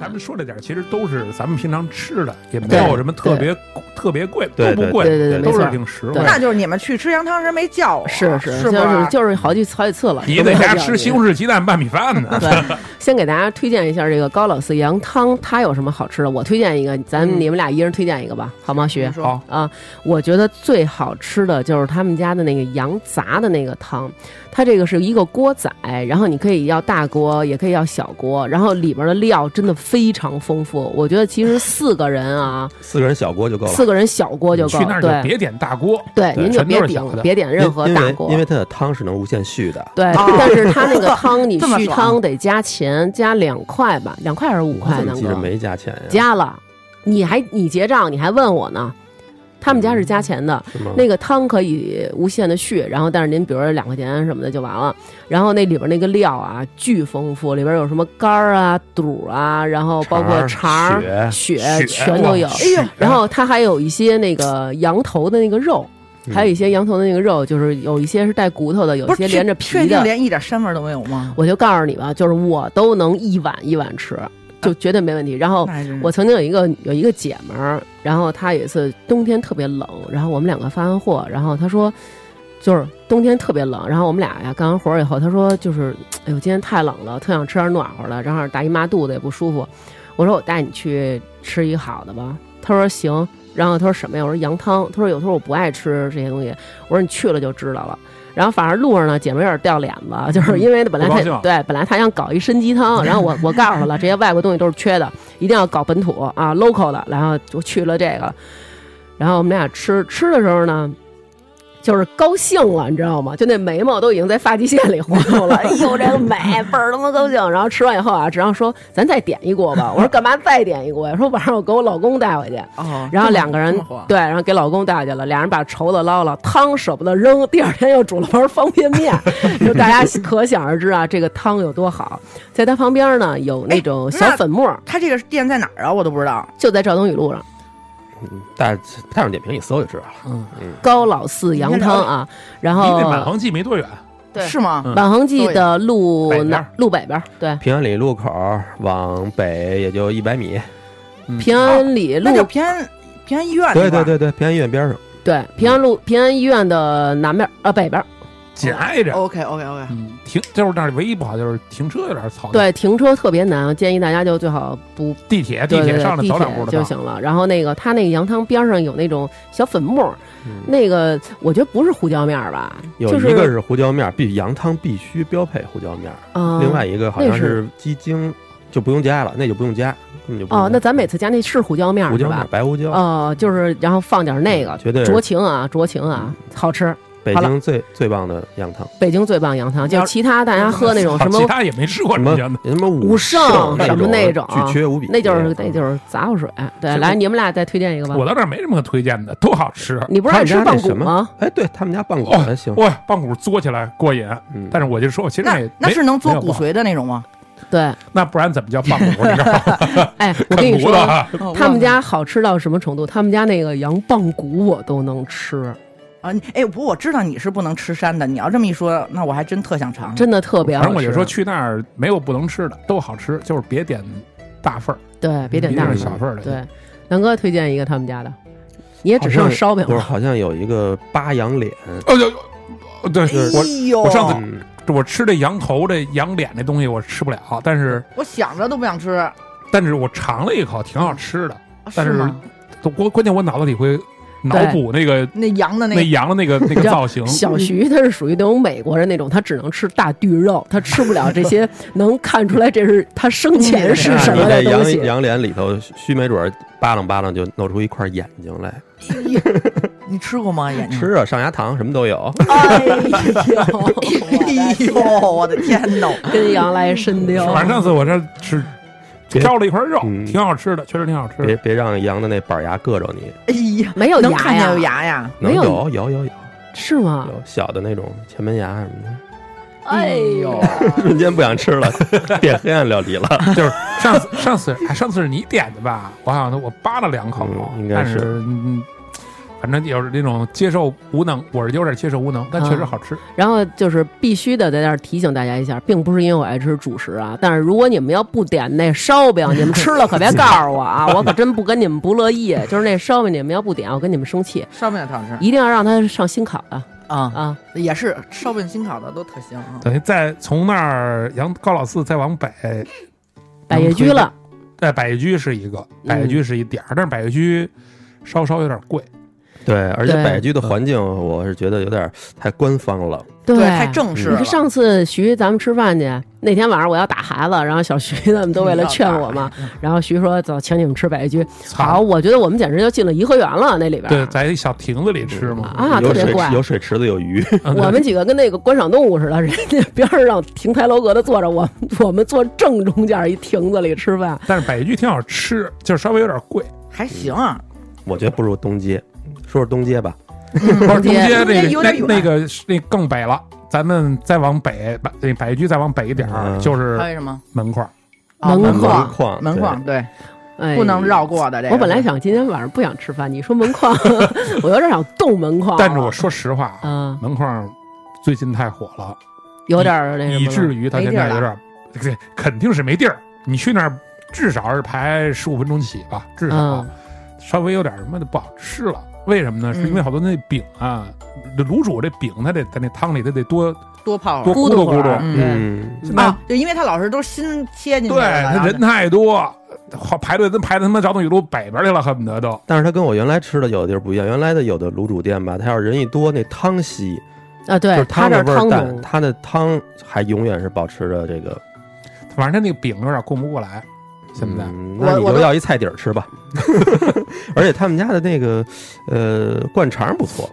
S4: 咱们说这点儿其实都是咱们平常吃的，也没有什么特别特别贵，
S2: 对
S4: 都不
S1: 对
S4: 贵，
S1: 对对，没
S4: 都
S1: 错
S4: 是
S1: 儿。
S4: 挺实惠
S1: 对
S4: 的。
S3: 那就是你们去吃羊汤时没叫我，
S1: 是
S3: 是，
S1: 就
S3: 不
S1: 是就是好几好几次了。
S4: 你
S1: 都没
S4: 在家
S1: 有
S4: 吃西
S1: 料理
S4: 红柿鸡蛋拌米饭呢？
S1: 对，先给大家推荐一下这个高老四羊汤，它有什么好吃的？我推荐一个，咱们
S3: 嗯
S1: 你们俩一人推荐一个吧，好吗？徐
S3: 你说
S4: 好，
S1: 啊，我觉得最好吃的就是他们家的那个羊杂的那个汤，它这个是一个锅仔，然后你可以要大锅，也可以要小锅，然后里边的料真的非常丰富。我觉得其实四个人啊，
S2: 四个人小锅就够了。
S1: 四个人小锅就
S4: 你
S1: 够
S4: 去那
S1: 了，
S4: 儿就
S1: 对
S4: 别点大锅，
S1: 对，您就
S4: 全都
S1: 别
S4: 是小
S1: 点
S4: 的
S1: 别点任何
S2: 因
S1: 大
S2: 为
S1: 锅，
S2: 因为它的汤是能无限续的。
S1: 对，
S3: 哦
S1: 但是它那个汤你
S3: 这么
S1: 续
S3: 爽
S1: 汤得加钱，加两块吧，两块还是五
S2: 我
S1: 块？
S2: 怎么
S1: 南
S2: 记着
S1: 哥
S2: 没加钱呀？
S1: 加了，你还你结账你还问我呢？他们家是加钱的，
S2: 是吗？
S1: 那个汤可以无限的续，然后但是您比如说两块钱什么的就完了，然后那里边那个料啊巨丰富，里边有什么肝儿啊、肚儿啊，然后包括肠
S2: 肠
S1: 儿
S2: 儿、
S1: 血
S4: 血
S1: 全都有
S4: 哇。
S3: 哎呦
S4: 血
S1: 然后它还有一些那个羊头的那个肉，
S2: 嗯
S1: 还有一些羊头的那个肉，就是有一些是带骨头的，有
S3: 不
S1: 一
S3: 是
S1: 些
S3: 确
S1: 连着
S3: 确
S1: 皮
S3: 定
S1: 的。
S3: 连一点膻味儿都没有吗？
S1: 我就告诉你吧，就是我都能一碗一碗吃，就绝对没问题。然后
S3: 那还真是
S1: 我曾经有一个有一个姐们儿，然后她有一次冬天特别冷，然后我们两个发完货，然后她说就是冬天特别冷，然后我们俩呀干完活儿以后，她说就是哎呦今天太冷了，特想吃点暖和的，正好大姨妈肚子也不舒服，我说我带你去吃一好的吧，她说行，然后她说什么呀？我说羊汤，她说有时候我不爱吃这些东西，我说你去了就知道了。然后反而路上呢，姐妹有点掉脸子，就是因为本来
S4: 嗯不
S1: 她
S4: 高兴
S1: 对本来她想搞一参鸡汤，然后我我告诉她了，这些外国东西都是缺的，一定要搞本土啊，local 的，然后就去了这个，然后我们俩吃吃的时候呢。就是高兴了，你知道吗？就那眉毛都已经在发际线里活动了，哎呦，这个美，倍儿他妈高兴。然后吃完以后啊，只要说咱再点一锅吧，我说干嘛再点一锅呀？说晚上我给我老公带回去，
S3: 哦，
S1: 然后
S3: 这么
S1: 两个人
S3: 这么火
S1: 对，然后给老公带去了，俩人把稠的捞了，汤舍不得扔，第二天又煮了盘方便 面，就大家可想而知啊，这个汤有多好。在它旁边呢有
S3: 哎
S1: 那种小粉末，
S3: 他这个店在哪儿啊？我都不知道。
S1: 就在肇东雨路上，
S2: 大大众点评一搜就知道了。
S4: 嗯，
S1: 高老四羊汤啊，然
S4: 离
S1: 后
S4: 那满恒记没多远，
S1: 对
S3: 是吗？
S4: 嗯
S1: 满恒记
S3: 对
S1: 的路
S4: 北边
S1: 南路北边儿，
S3: 嗯
S1: 对，
S2: 平安里路口往北也就一百米。
S1: 嗯平安里路
S3: 哦那就平安平安医院
S2: 对
S3: 那块
S2: 对对
S3: 儿
S2: 对，平安医院边上。
S1: 对平安路平安医院的南边儿呃北边
S3: 哦
S1: 儿，
S4: 紧挨
S1: 哦
S4: 着。
S3: ，OK OK OK，
S4: 嗯，停，就是那儿唯一不好就是停车有点操心。，
S1: 对停车特别难，建议大家就最好不
S4: 地铁
S1: 对
S4: 地铁
S1: 对对
S4: 上来
S1: 地
S4: 走两
S1: 铁
S4: 步的
S1: 就
S4: 道。
S1: 行了。然后那个他那个羊汤边上有那种小粉末儿，
S2: 嗯
S1: 那个我觉得不是胡椒面儿吧，
S2: 有
S1: 就
S2: 一个是胡椒面，必羊汤必须标配胡椒面。
S1: 嗯，
S2: 另外一个好
S1: 那
S2: 像
S1: 是
S2: 是鸡精，就不用加了，那就不用加，根本就不用
S1: 哦，
S2: 加
S1: 那咱每次加那是胡椒面儿
S2: 胡
S1: 是
S2: 椒面
S1: 吧？
S2: 白胡椒，
S1: 哦，就是然后放点那个，
S2: 绝对嗯
S1: 酌情啊，酌情啊，好吃。
S2: 北
S1: 好了
S2: 京最最棒的羊汤。
S1: 北京最棒羊汤，就
S3: 要
S1: 是其他大家喝那种什
S4: 好
S1: 么
S4: 啊其，他也没吃过
S2: 什
S4: 这
S2: 么
S4: 样的。
S2: 什么
S1: 武圣
S2: 那
S1: 什么那种啊
S2: 巨缺无比，
S1: 那就是那
S2: 嗯
S1: 就是杂货水。对，
S4: 这
S1: 来
S4: 不
S1: 你们俩再推荐一个吧
S4: 我。到这儿没什么可推荐的，都好吃。
S1: 你不是爱吃
S2: 他
S1: 棒
S2: 们
S1: 骨
S2: 家那什么
S1: 吗？
S2: 哎，对他们家
S1: 哦
S2: 棒骨还行，
S4: 哇，棒骨嘬起来过瘾，
S2: 嗯，
S4: 但是我就说，其实
S3: 那
S4: 也
S3: 那
S4: 没
S3: 是能
S4: 没
S3: 嘬
S4: 有
S3: 骨
S4: 不好，
S3: 髓的那种吗？
S1: 对，
S4: 那不然怎么叫棒骨？你知道吗？
S1: 哎，我跟
S4: 啃
S1: 你
S4: 骨
S1: 说
S4: 头，啊，
S3: 哦
S1: 他们家好吃到什么程度？他们家那个羊棒骨我都能吃，
S3: 啊，你哎，不，我知道你是不能吃膻的。你要这么一说，那我还真特想尝。
S1: 真的特别好
S4: 反
S1: 吃。
S4: 正我就说去那儿没有不能吃的，都好吃，就是别点大份儿，
S1: 对，别点
S4: 别
S1: 大份儿。
S2: 了
S4: 点小份儿的。
S1: 对，南哥推荐一个他们家的，你也只
S2: 好
S1: 剩
S2: 像
S1: 烧饼
S2: 不是，
S1: 了。
S2: 好像有一个八羊脸，
S4: 哦，就哦对我
S3: 哎呦，
S4: 我上
S1: 哦
S4: 次
S2: 嗯，
S4: 我吃这羊头这羊脸这东西我吃不了，但是
S3: 我想着都不想吃，啊
S4: 但是我尝了一口，挺好吃的。但是
S3: 吗？
S4: 都关关键我脑子里会脑补那个
S3: 那羊的那
S4: 那
S3: 个
S4: 羊的那个那个造型，
S1: 小徐他是属于那种美国人那种，他只能吃大地肉，他吃不了这些能看出来这是他生前是什
S2: 你
S1: 么的
S2: 这
S1: 东
S2: 嗯羊
S1: 西。
S2: 羊脸里头，须没准儿扒楞扒楞就露出一块眼睛来。
S3: 你吃过吗？
S1: 嗯
S3: 眼睛？
S2: 吃啊，上牙糖什么都有。
S1: 哎呦，
S3: 哎呦，我的天呐！
S1: 跟羊来深
S4: 是
S1: 交。
S4: 反正上次我这吃
S2: 别
S4: 挑了一块肉，
S2: 嗯
S4: 挺好吃的，确实挺好吃
S2: 别
S4: 的。
S2: 别让羊的那板牙硌着你，
S3: 哎呀，
S1: 没有
S3: 能
S1: 牙
S3: 看
S1: 呀
S3: 见有牙呀？
S2: 能
S1: 没有啊
S2: 有有有有
S1: 是吗？
S2: 有小的那种前门牙什么的，
S1: 哎呦，
S2: 瞬间不想吃了， 变黑暗料理了。
S4: 就是上次上次哎上次是你点的吧？我好像我扒了两口啊
S2: 嗯，应该
S4: 但
S2: 是
S4: 是嗯反正有那种接受无能，我是有点接受无能，但确实好吃。
S1: 然后就是必须得在这儿提醒大家一下，并不是因为我爱吃主食啊，但是如果你们要不点那烧饼，你们吃了可别告诉我啊， 我可真不跟你们不乐意。就是那烧饼你们要不点，我跟你们生气，
S3: 烧饼也挺好吃
S1: 一定要让它上新烤的
S3: 啊，
S1: 啊。
S3: 也是烧饼新烤的都特香啊。
S4: 等于再从那儿杨高老四再往北，
S1: 百叶居了，
S4: 在百叶居是一个，
S1: 嗯
S4: 百叶居是一点儿，但是百叶居稍稍有点贵。
S2: 对，而且
S1: 对
S2: 百居的环境，我是觉得有点太官方了。
S1: 对
S3: 太正式
S1: 你
S3: 了。
S1: 看上次徐咱们吃饭去，那天晚上我要打孩子，然后小徐他们都为了劝我嘛，然后徐说走，请你们吃百叶居。嗯好，
S4: 操，
S1: 我觉得我们简直就进了颐和园了，那里边。
S4: 对，在一小亭子里吃嘛。
S1: 啊
S2: 有
S1: 特别
S2: 水
S1: 怪
S2: 有水池子，有鱼，
S4: 嗯
S1: 啊我们几个跟那个观赏动物似的，人家边儿上亭台楼阁的坐着，我我们 坐正中间一亭子里吃饭。
S4: 但是百叶居挺好吃，就是稍微有点贵。
S3: 还行啊，
S2: 我觉得不如东街。说说东街吧，
S4: 不是中
S1: 街
S4: 间
S3: 中
S4: 那个
S3: 间有点远
S4: 那那个是那更北了，咱们再往北，百那百叶居再往北一点儿
S2: 嗯
S4: 就是
S3: 还有什么？
S4: 门框儿。
S3: 啊
S1: 门
S2: 门
S1: 框
S3: 框，
S2: 框，
S3: 门
S2: 对
S3: 框，对，
S1: 哎，
S3: 不能。绕过的这个。
S1: 我本来想今天晚上不想吃饭，你说门 框，我有点想动门框了。
S4: 但是我说实话，啊，
S1: 哦嗯，
S4: 门框儿最近太火了，
S1: 有点儿那什么了，
S4: 以至于他现在
S3: 没地
S4: 有
S3: 儿
S4: 点儿，对，肯定是没地儿。你去那儿至少是排十五分钟起吧，至少啊
S1: 嗯
S4: 稍微有点什么的不好吃了。为什么呢？是因为
S3: 嗯
S4: 好多那饼啊，这卤煮这饼，它得在那汤里，它得多
S3: 多泡
S4: 多
S3: 会儿
S1: 咕
S4: 咕
S1: 嘟
S4: 嘟
S1: 会儿
S4: 咕嘟。
S3: 嗯
S2: 嗯，
S4: 现在
S3: 啊，就因为他老是都是新切进去
S4: 对，
S3: 的，然
S4: 他
S3: 后
S4: 人太多，好排队都排到他妈饶洞雨路北边去了，恨不得都。
S2: 但是它跟我原来吃的有的地儿不一样，原来的有的卤煮店吧，它要是人一多，那汤稀，
S1: 啊，
S2: 就
S1: 对
S2: 是
S1: 他
S2: 汤
S1: 这
S2: 的
S1: 儿
S2: 味
S1: 汤
S2: 儿淡，
S1: 浓，
S2: 它的汤还永远是保持着这个。
S4: 反正他那个饼有点供不过来，现在。
S2: 嗯
S3: 我
S2: 那你
S3: 我
S2: 就
S3: 都
S2: 要一菜底儿吃吧。而且他们家的那个呃灌肠不错，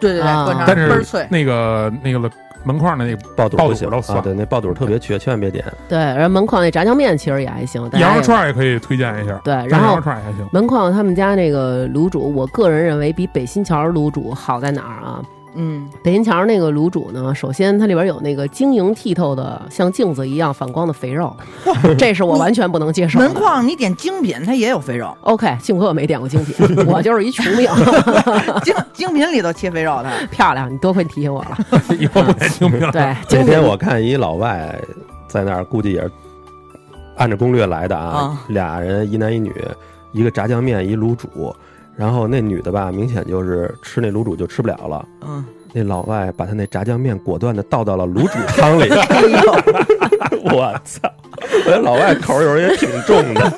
S3: 对对对，
S1: 啊
S3: 灌肠
S4: 但
S3: 倍儿
S4: 是
S3: 脆，
S4: 那个那个门框的那个
S2: 爆肚
S4: 爆
S2: 不
S4: 肚
S2: 行
S4: 都算
S2: 啊，对，那爆肚特别缺，千万别点。
S1: 对，然后门框那炸酱面其实也还行，大家
S4: 羊肉
S1: 也
S4: 串儿也可以推荐一下，
S1: 对，
S4: 但
S1: 然
S4: 羊
S1: 后
S4: 肉串儿也还行。
S1: 门框他们家那个卤煮，我个人认为比北新桥卤煮好在哪儿啊？
S3: 嗯，
S1: 北新桥那个卤煮呢，首先它里边有那个晶莹剔透的像镜子一样反光的肥肉，这是我完全不能接受的。
S3: 门框你点精品，它也有肥肉，
S1: OK，幸亏我没点过精品，我就是一穷命。
S3: 精精品里头切肥肉，它
S1: 漂亮，你多亏你提醒我了。
S4: 以后不太清 明了。
S1: 对，
S2: 那
S1: 精品
S2: 天我看一老外在那儿，估计也是按着攻略来的啊
S3: 啊，
S2: 俩人一男一女，一个炸酱面，一卤煮。然后那女的吧，明显就是吃那卤煮就吃不了了。
S3: 嗯，
S2: 那老外把他那炸酱面果断的倒到了卤煮汤 里，我操！我觉得老外口味儿也挺重 的，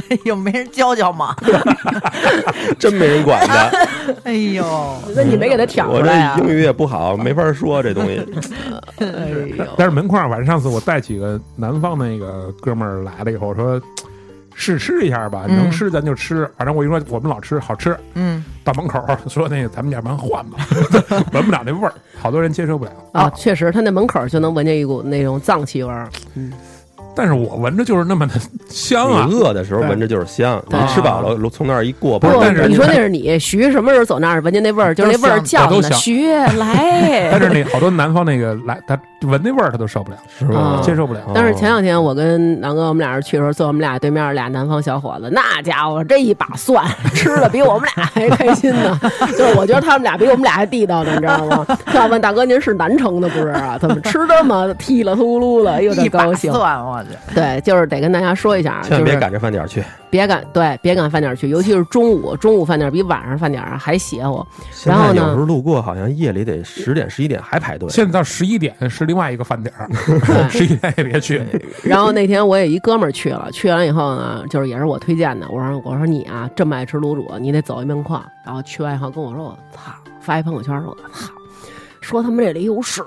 S3: 哎呦，没人教教吗？
S2: 真没人管的。
S3: 哎呦，
S1: 那你没给他挑出
S2: 我
S1: 来啊
S2: 这？英语也不好，没法说这东西。
S1: 哎呦
S4: 但是门框儿，反正上次我带几个南方那个哥们儿来了以后，我说试吃一下吧，
S3: 嗯
S4: 能吃咱就吃。反正我一说我们老吃，好吃。
S3: 嗯，
S4: 到门口儿说那个咱们要不然换吧， 闻不了那味儿，好多人接受不了
S1: 啊，。确实，他那门口就能闻见一股那种脏气味儿。
S4: 但是我闻着就是那么的香啊
S2: 你，
S1: 嗯
S2: 饿的时候闻着就是香，你
S1: 对
S2: 吃饱了从那儿一过，
S1: 不
S4: 不
S2: 是
S1: 过
S4: 是但是
S1: 你
S4: 你
S1: 说那
S4: 看
S1: 是你徐什么时候走那儿闻见那味儿，就是那味儿
S3: 都
S1: 叫
S4: 香我
S1: 你
S4: 都
S1: 呢。
S4: 想
S1: 徐来，
S4: 但是那好多南方那个来，他闻那味儿他都受不了，
S2: 是
S1: 吧
S2: 吧？
S1: 嗯
S4: 接受不了。
S2: 哦
S1: 但是前两天我跟南哥我们俩人去的时候，坐我们俩对面俩南方小伙子，那家伙这一把蒜吃的比我们俩还开心呢。 就是我觉得他们俩比我们俩还地道呢，你知道吗？要问大哥您是南城的不是啊？怎么吃这么踢了秃噜了？哎呦，这
S3: 一把
S1: 高兴。
S3: 蒜，我去，
S1: 对，就是得跟大家说一下，啊，
S2: 千万
S1: 就
S2: 别
S1: 是
S2: 赶着饭点儿去，
S1: 别赶，对，别赶饭点儿去，尤其是中午，中午饭点儿比晚上饭点儿还邪乎。
S2: 现
S1: 然
S2: 在
S1: 后呢
S2: 有时候路过，好像夜里得十点十一点还排队。
S4: 现在到十一点是另外一个饭点儿，
S1: 对
S4: 十一点也别去。
S1: 然后那天我也一哥们儿去了，去完以后呢，就是也是我推荐的。我说我说你啊，这么爱吃卤煮，你得走一面矿。然后去完以后跟我说，我操，发一朋友圈说，我操。说他们这里有屎，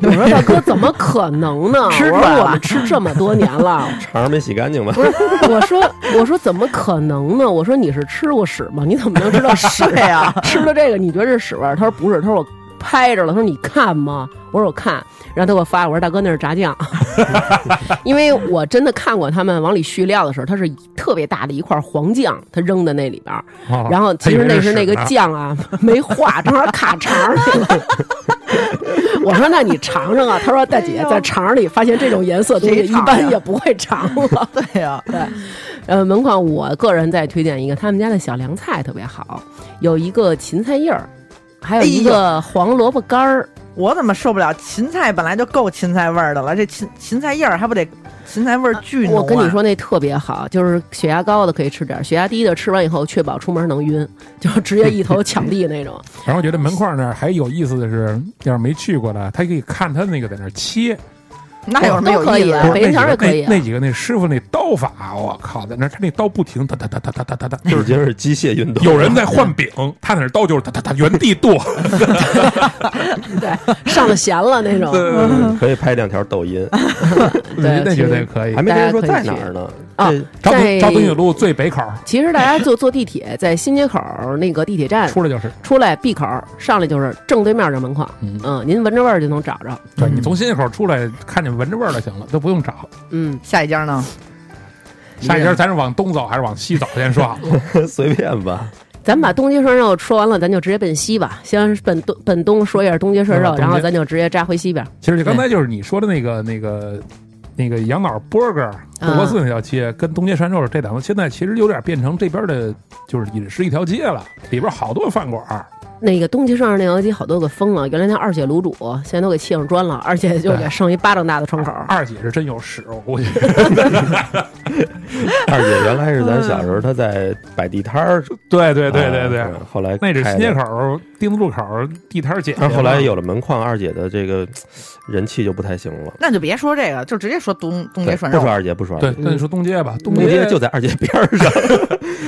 S1: 我 说大哥怎么可能呢？
S3: 吃出
S1: 我
S3: 来了
S1: 说我们吃这么多年了，
S2: 肠儿没洗干净吧？
S1: 我说 我说怎么可能呢？我说你是吃过屎吗？你怎么能知道屎
S3: 对呀，
S1: 吃的这个你觉得是屎味儿？他说不是，他说我拍着了。他说你看吗？我说我看，然后他给我发，我说大哥那是炸 酱， 因为我真的看过他们往里续料的时候，它是特别大的一块黄酱，他扔在那里边儿，
S4: 哦
S1: 然后其实那是那个
S4: 他以为屎呢
S1: 酱啊没化，正好卡肠儿去了。 我说那你尝尝啊，他说大姐在肠儿里发现这种颜色的东西
S3: 哎谁
S1: 一
S3: 尝呀
S1: 般也不会尝了。
S3: 对呀，
S1: 呃，门框我个人再推荐一个，他们家的小凉菜特别好，有一个芹菜叶儿，还
S4: 哎
S1: 有一个黄萝卜干儿。
S3: 我怎么受不了？芹菜本来就够芹菜味儿的了，这芹芹菜叶儿还不得芹菜味儿巨浓、啊
S1: 我跟你，
S4: 啊
S1: 说，那特别好，就是血压高的可以吃点儿，血压低的吃完以后，确保出门能晕，就直接一头抢地那种。
S4: 然后我觉得门框那儿还有意思的是，要是没去过的，他可以看他那个在那儿切，
S3: 那有什么
S1: 都可
S3: 有意
S1: 以
S3: 思
S1: 啊
S3: 啊？
S4: 不是
S1: 北京
S4: 那
S1: 桥也
S4: 几个
S1: 可以啊
S4: 那那几个那师傅那刀法，我靠，在那儿他那刀不停，哒哒哒哒哒哒哒哒，就
S2: 已
S4: 是
S2: 经是机械运动，
S4: 有人在换饼，他那刀就是哒哒哒原地剁。
S1: 对，上了弦了那种。
S4: 对
S2: 嗯 可以拍两条抖音，
S1: 哎对
S4: 那
S1: 其
S4: 绝
S1: 实
S4: 对可以
S2: 还。没
S1: 大
S2: 人
S1: 家
S2: 说
S1: 可以
S2: 在
S1: 去
S2: 哪儿呢。
S1: 啊
S2: 这
S1: 在
S4: 昭通昭通铁路最北口儿
S1: 其实大家坐坐地铁，在新街口儿那个地铁站
S4: 出来就是，
S1: 出来 B 口儿上来就是正对面这门框，
S4: 嗯
S1: 嗯，您闻着味儿就能找着。
S4: 对你从新街口出来，看见闻着味儿就行了，都不用找。
S1: 嗯，
S3: 下一家呢？
S4: 下一家咱是往东走还是往西走？先说好 了。
S2: 随便吧，
S1: 咱
S3: 嗯
S1: 把东街涮肉说完了，咱就直接奔西吧。先奔东奔东说一下东街涮
S4: 嗯
S1: 肉，
S4: 东街
S1: 然后咱就直接扎回西边。
S4: 其实就刚才就是你说的那个那个那个羊脑 burger
S1: 嗯
S4: 火锅四那条街，跟东街涮肉这两个，现在其实有点变成这边的就是饮食一条街了，里边好多饭馆儿。
S1: 那个东街涮肉那条街好多给封了，原来那二姐卤煮现在都给砌上砖了，而且就给剩一巴掌大的窗口。
S4: 二姐是真有屎，我估计。
S2: 二姐原来是咱小时候，她在摆地摊儿，
S4: 对对对对对
S2: 啊，后来
S4: 那是
S2: 开
S4: 新
S2: 的
S4: 街口丁字路口地摊儿姐姐嘛。
S2: 但是后来有了门框，二姐的这个人气就不太行了。
S3: 那就别说这个，就直接说东东
S2: 对
S3: 街
S2: 不
S3: 涮
S2: 说
S3: 肉。
S2: 二姐，不说二
S4: 对
S1: 嗯
S2: 姐，，
S4: 那你说东街吧，东
S2: 东街就在二姐边儿 上，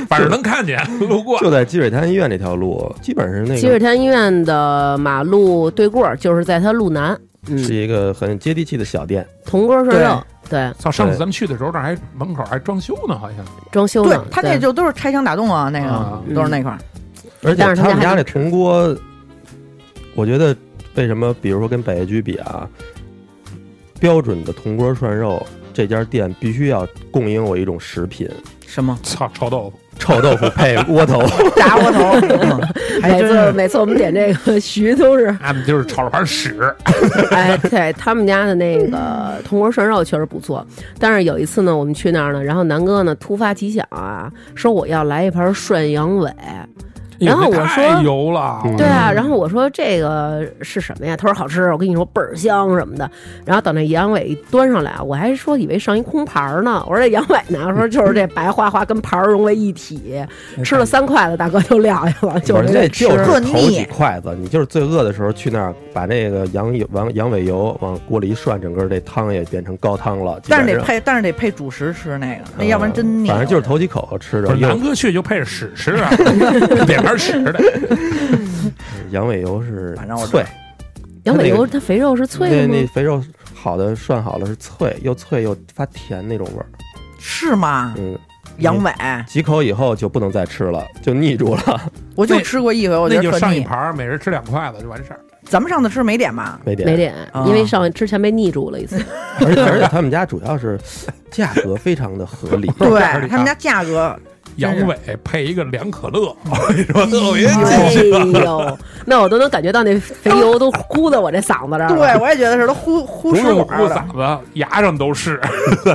S4: 反正能看见，路过。
S2: 就在积水潭医院那条路，基本上那
S1: 积水
S2: 个
S1: 潭医院的马路对过儿就是在它路南，
S2: 是
S1: 嗯，
S2: 一个很接地气的小店。
S1: 铜锅涮肉对
S4: 操！上次
S2: 对
S4: 咱们去的时候，那儿还门口还装修呢，好像。
S1: 装修
S3: 对
S1: 呢，
S3: 他那
S1: 对
S3: 就都是拆墙打洞啊，那
S4: 啊
S3: 个都是那块儿。
S2: 嗯而且
S1: 但是
S2: 他
S1: 他
S2: 们
S1: 家
S2: 家
S1: 还
S2: 那铜锅，我觉得为什么，比如说跟北居比啊，标准的铜锅涮肉这家店必须要供应我一种食品，
S3: 什么
S4: 操，臭 豆腐！
S2: 臭豆腐配窝头，
S3: 炸窝头？嗯还
S1: 每
S3: 真
S1: 次
S3: 是
S1: 每次我们点这个 徐都是，
S4: 俺们就是炒了盘屎，
S1: 哎，对他们家的那个铜锅涮肉确实不错，但是有一次呢，我们去那儿呢，然后南哥呢突发奇想啊，说我要来一盘涮羊尾，然后
S4: 哎呦那
S1: 我
S4: 太
S1: 说
S4: 油了，
S2: 嗯
S1: 对啊，然后我说这个是什么呀？他说好吃，我跟你说倍儿香什么的。然后等那羊尾一端上来，啊我还说以为上一空盘儿呢，我说这羊尾呢，我说就是这白花花跟盘儿融为一体，吃了三筷子，大哥就撂下了，就
S2: 嗯反
S1: 是
S2: 正
S1: 这
S2: 那
S1: 吃
S2: 就。是头几筷子，你就是最饿的时候去那儿，把那个羊油、往羊尾油往锅里一涮，整个这汤也变成高汤了。
S3: 但是
S2: 基
S3: 得
S2: 本上嗯
S3: 配，但是得配主食吃那个，那要不然真腻。
S2: 反正就是头几口吃
S4: 不
S2: 的
S4: 是南
S2: 羊
S4: 哥去就配着屎吃啊，点盘屎的。
S2: 羊尾油是
S3: 反正我知道
S2: 脆，
S1: 羊尾
S2: 那
S1: 油
S2: 个
S1: 它肥肉是脆
S2: 那
S1: 的
S2: 那
S1: 吗？
S2: 肥肉好的涮好了是脆，又脆又发甜那种味儿。
S3: 是吗？
S2: 嗯，
S3: 羊尾，
S2: 几口以后就不能再吃了，就腻住了，
S3: 我就
S4: 那
S3: 吃过一回，我觉
S4: 那
S3: 得
S4: 就
S3: 特
S4: 上一
S3: 腻。
S4: 盘儿，每人吃两筷子就完事儿。。
S3: 咱们上次吃没点吧？
S2: 没点。
S1: 没点，
S3: 啊
S1: 因为上之前被腻住了一次。
S2: 而且而且他们家主要是价格非常的合理，
S4: 不是
S3: 对
S4: 不是不是
S3: 他们家价格
S4: 杨
S3: 真
S4: 伟配一个凉可乐，我跟你说特别
S1: 哎
S4: 牛逼。
S1: 呦， 那我都能感觉到那肥油都呼到我这嗓子这儿了。
S3: 对，我也觉得是都呼呼
S4: 不
S3: 湿
S4: 是
S3: 我
S4: 我
S3: 了。
S4: 嗓子，牙上都是，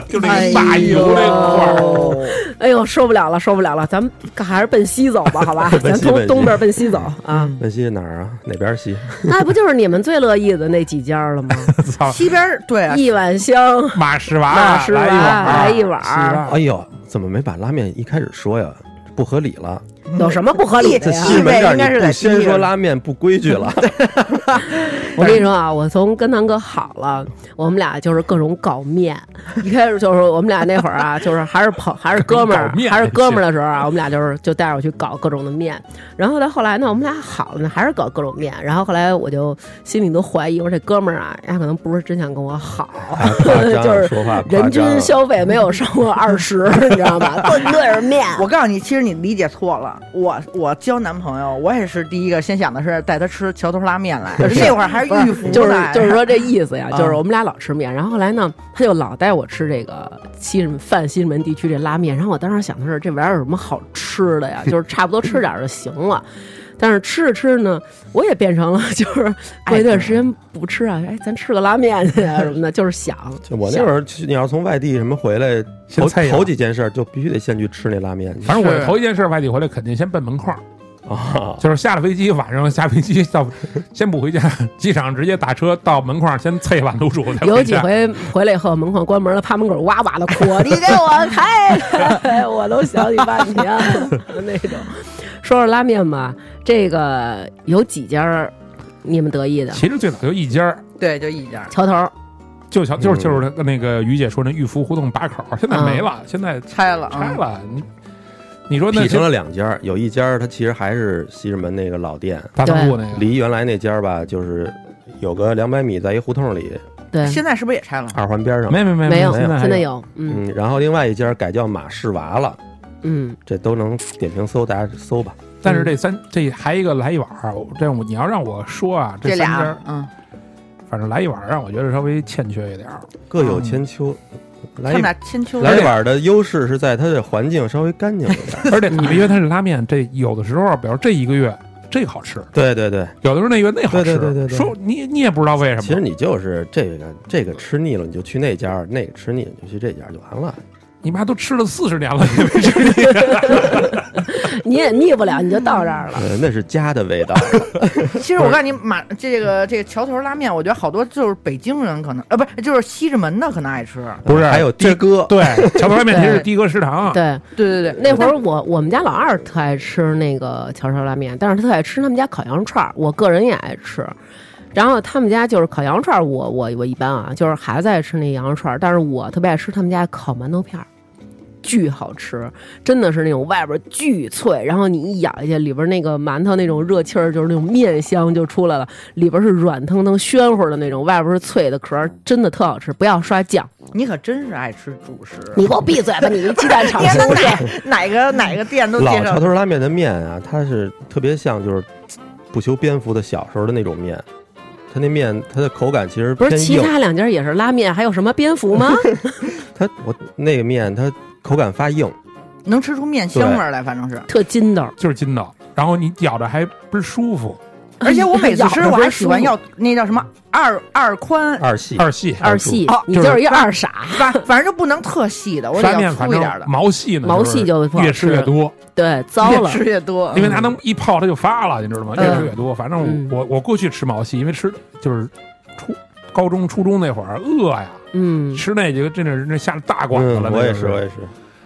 S4: 就那
S3: 哎
S4: 个大油那块儿。
S3: 哦
S1: 呦，哎呦，受不了了，受不了了，咱们还是奔西走吧，好吧咱
S2: 奔西奔
S1: 从
S2: 西
S1: 东边奔西走啊，
S2: 那西哪儿啊？哪边西？
S1: 那不就是你们最乐意的那几家了吗？
S4: 操，
S3: 西边儿对啊，
S1: 一碗香，
S4: 马什娃，
S1: 马什娃
S4: 来
S1: 来
S4: 一
S1: 一碗
S4: 碗啊
S1: 儿
S4: 儿，
S2: 哎呦，怎么没把拉面一开始说呀？不合理了，
S1: 有什么不合理的
S2: 在
S1: 呀？
S2: 西门这儿
S3: 应该是
S2: 你
S3: 在
S2: 不
S3: 西边
S2: 先说拉面不规矩了，
S1: 我跟你说啊，我从跟堂哥好了，我们俩就是各种搞面。一开始就是我们俩那会儿啊，就是还是朋还是哥们儿
S4: 搞面
S1: 还是哥们儿的时候啊，我们俩就是就带着我去搞各种的面。然后到后来呢，我们俩好了呢，还是搞各种面。然后后来我就心里都怀疑，我说这哥们儿啊，人家可能不是真想跟我好，
S2: 哎夸张
S1: 就是
S2: 说话夸
S1: 人
S2: 张啊
S1: 均消费没有超过二十，你知道吧？ 顿顿是面。
S3: 我告诉你，其实你理解错了。我我交男朋友，我也是第一个先想的是带他吃桥头拉面来，
S1: 是
S3: 那会儿还是玉福
S1: 就是
S3: 来
S1: 就是说这意思呀，
S3: 啊
S1: 就是我们俩老吃面，然后后来呢，他就老带我吃这个西直门泛西直门地区这拉面，然后我当时想的是这玩意儿有什么好吃的呀？就是差不多吃点儿就行了。但是吃着吃着呢，我也变成了 就是过一段时间不吃啊，哎，咱吃个拉面去啊什么的，就是想。
S2: 就我那会儿去，你要是从外地什么回来，
S4: 先
S2: 头
S4: 菜一碗
S2: 头几件事儿就必须得先去吃那拉面去
S4: 反正我
S3: 是
S4: 头一件事外地回来，肯定先奔门框儿，
S2: 啊。
S4: 就是下了飞机，晚上下飞机到，先不回家，机场直接打车到门框儿，先蹭一碗卤煮再回家。
S1: 有几回回来以后，门框关门了，趴门口哇哇的哭，啊 你给我开开， 我都想你半天了那种。说说拉面吧，这个有几家儿你们得意的？
S4: 其实最早就一家儿，
S3: 对，就一家
S1: 桥头儿
S4: 就桥
S2: 嗯
S4: 就是就是那个那个于姐说那玉福胡同把口儿，现在
S1: 嗯
S4: 没了，现在
S3: 拆了
S4: 拆
S3: 啊。
S4: 了。你你说那
S2: 劈成
S4: 些
S2: 了两家儿，有一家儿它其实还是西直门那个老店，
S4: 大仓库那个
S2: 离原来那家儿吧，就是有个两百米，在一胡同里，
S1: 对，
S3: 现在是不是也拆了？
S2: 二环边上。
S4: 没没没
S1: 没有，
S4: 现在还
S1: 现在有，嗯
S2: 嗯，然后另外一家儿改叫马氏娃了，
S1: 嗯，
S2: 这都能点评搜，大家搜吧。
S4: 但是这三这还一个来一碗儿，我这我你要让我说啊，
S3: 这
S4: 三家
S3: 俩
S4: 儿，
S3: 嗯，
S4: 反正来一碗儿让我觉得稍微欠缺一点儿。
S2: 各有千秋，
S3: 他
S4: 哦
S2: 来
S3: 们
S2: 一
S3: 俩千秋
S2: 来一碗的优势是在它的环境稍微干净一 点儿。
S4: 而且你别因为它是拉面，这有的时候，比如这一个月这好吃，
S2: 对对对，
S4: 有的时候那个月那好
S2: 对
S4: 吃，
S2: 对对对对
S4: 说你你也不知道为什么。
S2: 其实你就是这个这个吃腻了你就去那家儿，那个吃腻了你就去这家儿就完了。
S4: 你妈都吃了四十年了， 也没吃
S1: 你也腻不了，你就到这儿了。
S2: 呃，那是家的味道。
S3: 其实我告诉你，马这个这个桥头拉面，我觉得好多就是北京人可能呃，不是就是西直门的可能爱吃。
S4: 不是
S2: 还有的哥，
S4: 对，桥头拉面其实是的哥食堂，
S1: 对，
S3: 对对对，
S1: 那会儿我我们家老二特爱吃那个桥头拉面，但是他特爱吃他们家烤羊串儿，我个人也爱吃。然后他们家就是烤羊串儿，我我我一般啊，就是孩子爱吃那羊肉串儿，但是我特别爱吃他们家烤馒头片儿，巨好吃，真的是那种外边巨脆，然后你一咬下去，里边那个馒头那种热气儿，就是那种面香就出来了，里边是软腾腾、暄乎的那种，外边是脆的壳儿，真的特好吃，不要刷酱。
S3: 你可真是爱吃主食。
S1: 你给我闭嘴吧，你鸡蛋厂
S3: 你看
S1: 是
S3: 他
S1: 不是？
S3: 哪哪个哪个店都
S2: 老
S3: 介绍
S2: 桥头拉面的面啊，它是特别像就是不修边幅的小时候的那种面，它那面它的口感其实
S1: 不
S2: 偏
S1: 是其
S2: 硬，
S1: 他两家也是拉面，还有什么蝙蝠 吗？
S2: 它我那个面它口感发硬，
S3: 能吃出面香味儿来，反正是。
S1: 特筋道，
S4: 就是筋道，然后你咬着还不是舒服，
S3: 而且我每 次
S1: 咬
S3: 吃
S1: 着
S3: 我
S1: 不
S3: 还
S1: 是
S3: 喜欢
S1: 舒服
S3: 要那叫什么二二宽，
S2: 二细嗯
S4: 二细
S1: 二细
S3: 哦，
S1: 你
S4: 啊就
S1: 就是是一二傻。
S3: 反反正就不能特细的，我得
S4: 拉
S3: 要
S4: 面反
S3: 粗一点的
S4: 正，毛细呢，
S1: 毛细就是不好
S4: 越吃越多，
S1: 对，糟了
S3: 越，吃越多。嗯
S4: 因为它能一泡它就发了，你知道吗？
S1: 嗯
S4: 越吃越多。反正
S1: 嗯
S4: 我我过去吃毛细，因为吃就是初高中初中那会儿饿呀，
S1: 嗯，
S4: 吃那几个真的是那下了大馆子了。
S2: 嗯，我也
S4: 那
S2: 是
S4: 就
S2: 我也是，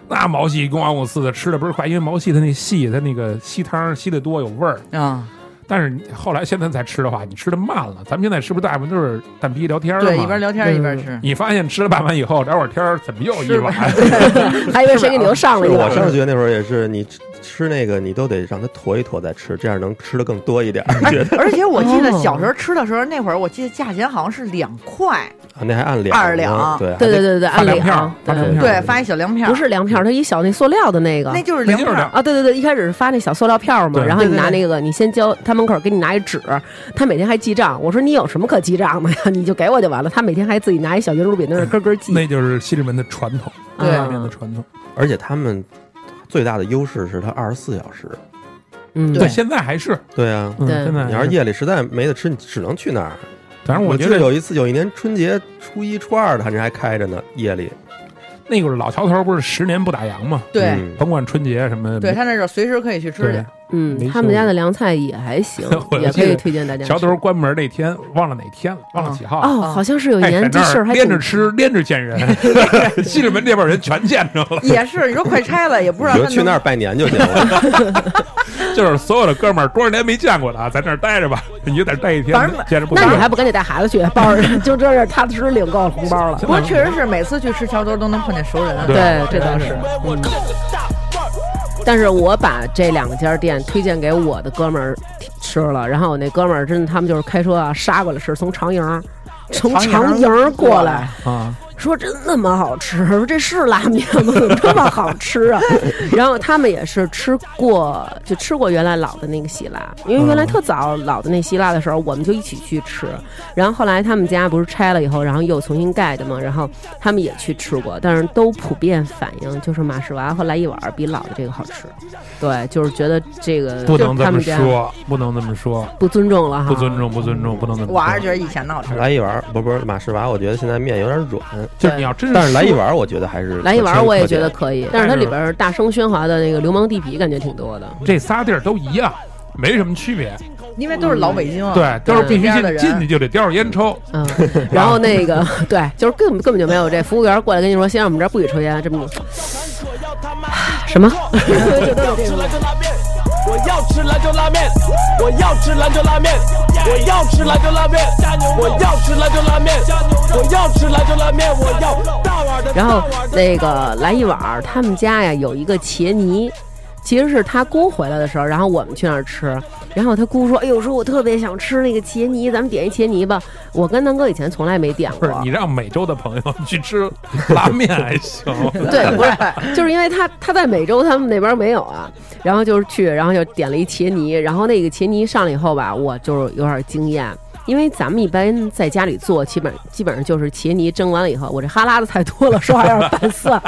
S4: 那毛细一公碗五四的吃的倍儿快，因为毛细它那细，它那个细汤吸的多有味儿。
S3: 啊，
S4: 但是你后来现在才吃的话，你吃的慢了。咱们现在是不是大部分都是蛋逼聊天儿
S3: 对，
S4: 嘛
S3: 一边聊天一边
S1: 嗯
S3: 吃。
S4: 你发现吃了半碗以后，聊会儿天儿，怎么又一碗？
S1: 还以为谁给你又上了
S2: 是
S1: 一碗
S2: 我。上学那会儿也是，你吃吃那个你都得让它坨一坨再吃，这样能吃的更多一点儿。觉得
S3: 哎而且我记得
S1: 哦
S3: 小时候吃的时候，那会儿我记得价钱好像是两块，
S2: 啊那还按两
S3: 二
S2: 呢
S3: 两
S2: 对
S1: 对对对对，
S4: 发
S1: 按
S4: 粮
S1: 理
S4: 票
S1: 啊，
S4: 发粮
S1: 对
S4: 票
S3: 对，发一小粮票，
S1: 不是粮票，它一小那塑料的那个
S3: 那。就是
S4: 那
S3: 粮
S4: 就是
S3: 票
S4: 两，
S1: 啊，对对对，一开始是发那小塑料票嘛，
S4: 对
S1: 然后你
S3: 对对
S1: 拿
S3: 对
S1: 那个，你先交他门口给你拿一纸，他每天还记账。我说你有什么可记账的呀？ 你就给我就完了。他每天还自己拿一小圆珠笔在那儿咯咯记。嗯啊
S4: 那就是西直门的传统，
S1: 对
S4: 拉面的传统。
S2: 而且他们最大的优势是它二十四小时。
S1: 嗯，
S3: 对
S4: 现在还是，
S2: 对啊，
S4: 嗯，
S1: 对
S4: 现在
S2: 你要是
S4: 也，
S2: 夜里实在没得吃，你只能去那儿。
S4: 反正我
S2: 我
S4: 觉
S2: 记得
S4: 得
S2: 有一次，有一年春节初一、初二的，它这还开着呢，夜里。
S4: 那会儿老桥头不是十年不打烊嘛，
S3: 对，
S2: 嗯
S4: 甭管春节什么，
S3: 对他那就随时可以去吃去
S4: 对。，
S1: 嗯，
S4: 没
S1: 他们
S4: 错
S1: 家的凉菜也还行
S4: 我，
S1: 也
S4: 记
S1: 可以
S4: 得
S1: 推荐大家吃。
S4: 桥头关门那天忘了哪天了，忘了几号了。
S1: 哦，好像是有一
S4: 哎，在
S1: 年这
S4: 那
S1: 事儿还
S4: 连着
S1: 挺
S4: 吃，连着 见人，西直门这边人全见着了，
S3: 也是，你说快拆了，也不
S2: 你
S3: 知道
S2: 就
S3: 他
S2: 去那儿拜年就行了。
S4: 就是所有的哥们儿多少年没见过了啊，在那儿待着吧，你就在这儿待一天
S3: 反正，
S4: 见着不
S1: 那
S4: 散
S1: 你还不赶紧带孩子去？抱着 就这样踏踏实实领够了红包了。
S3: 不过确实是每次去吃桥头都能碰见熟人，啊
S4: 对
S1: 这倒是。嗯但是我把这两家店推荐给我的哥们儿吃了，然后我那哥们儿真的，他们就是开车啊杀过来吃，从长营儿，从长
S3: 长
S1: 营
S3: 营
S1: 儿
S3: 儿
S1: 过
S3: 过
S1: 来
S3: 来，
S4: 啊，
S1: 说真那么好吃， 说这是拉面吗？怎么这么好吃 啊？然后他们也是吃过，就吃过原来老的那个希腊，因为原来特早老的那希腊的时候，我们就一起去吃。然后后来他们家不是拆了以后，然后又重新盖的嘛，然后他们也去吃过，但是都普遍反映就是马士娃和来一碗比老的这个好吃。 对，就是觉得这个
S4: 不
S1: 就
S4: 能
S1: 是
S4: 这
S1: 他
S4: 么
S1: 们家
S4: 说，不能这么说，
S1: 不尊重了哈，
S4: 不尊重，不尊重，不能这么说。
S3: 我还是觉得以前闹吃。
S2: 来一碗，不不是马士娃，我觉得现在面有点软，
S4: 就是你要真是
S2: 但是来一
S4: 说
S2: 碗，我觉得还是
S1: 来一
S2: 可
S1: 碗
S2: 圈
S1: 我也
S2: 可
S1: 觉
S2: 点
S1: 得可以，但是它里边儿大声喧哗的那个流氓地痞感觉挺多的。
S4: 这仨地儿都一样，没什么区别。
S3: 因为都是老北京啊，
S4: 对，都是必须
S3: 这样的
S4: 进
S3: 人
S4: 进去就得叼着烟抽。
S1: 嗯， 然后那个 对，就是根本根本就没有这服务员过来跟你说，先生我们这儿不许抽烟，这么什么？
S5: 我要吃兰州拉面，我要吃兰州拉面，我要吃兰州拉面，我要吃兰州拉面，我要吃兰州拉面，我要吃兰州拉面，我要大碗的。
S1: 然后那个来一碗儿，他们家呀有一个茄泥。其实是他姑回来的时候，然后我们去那儿吃，然后他姑说：“哎呦，说我特别想吃那个茄泥，咱们点一茄泥吧。”我跟南哥以前从来没点
S4: 不
S1: 过
S4: 是，你让美洲的朋友 去吃拉面还行，
S1: 对，不 是，就是因为他他在美洲，他们那边没有啊，然后就是去，然后就点了一茄泥，然后那个茄泥上来以后吧，我就是有点惊艳。因为咱们一般在家里做，基本基本上就是茄泥蒸完了以后，我这哈喇子太多了，说话 有点拌蒜，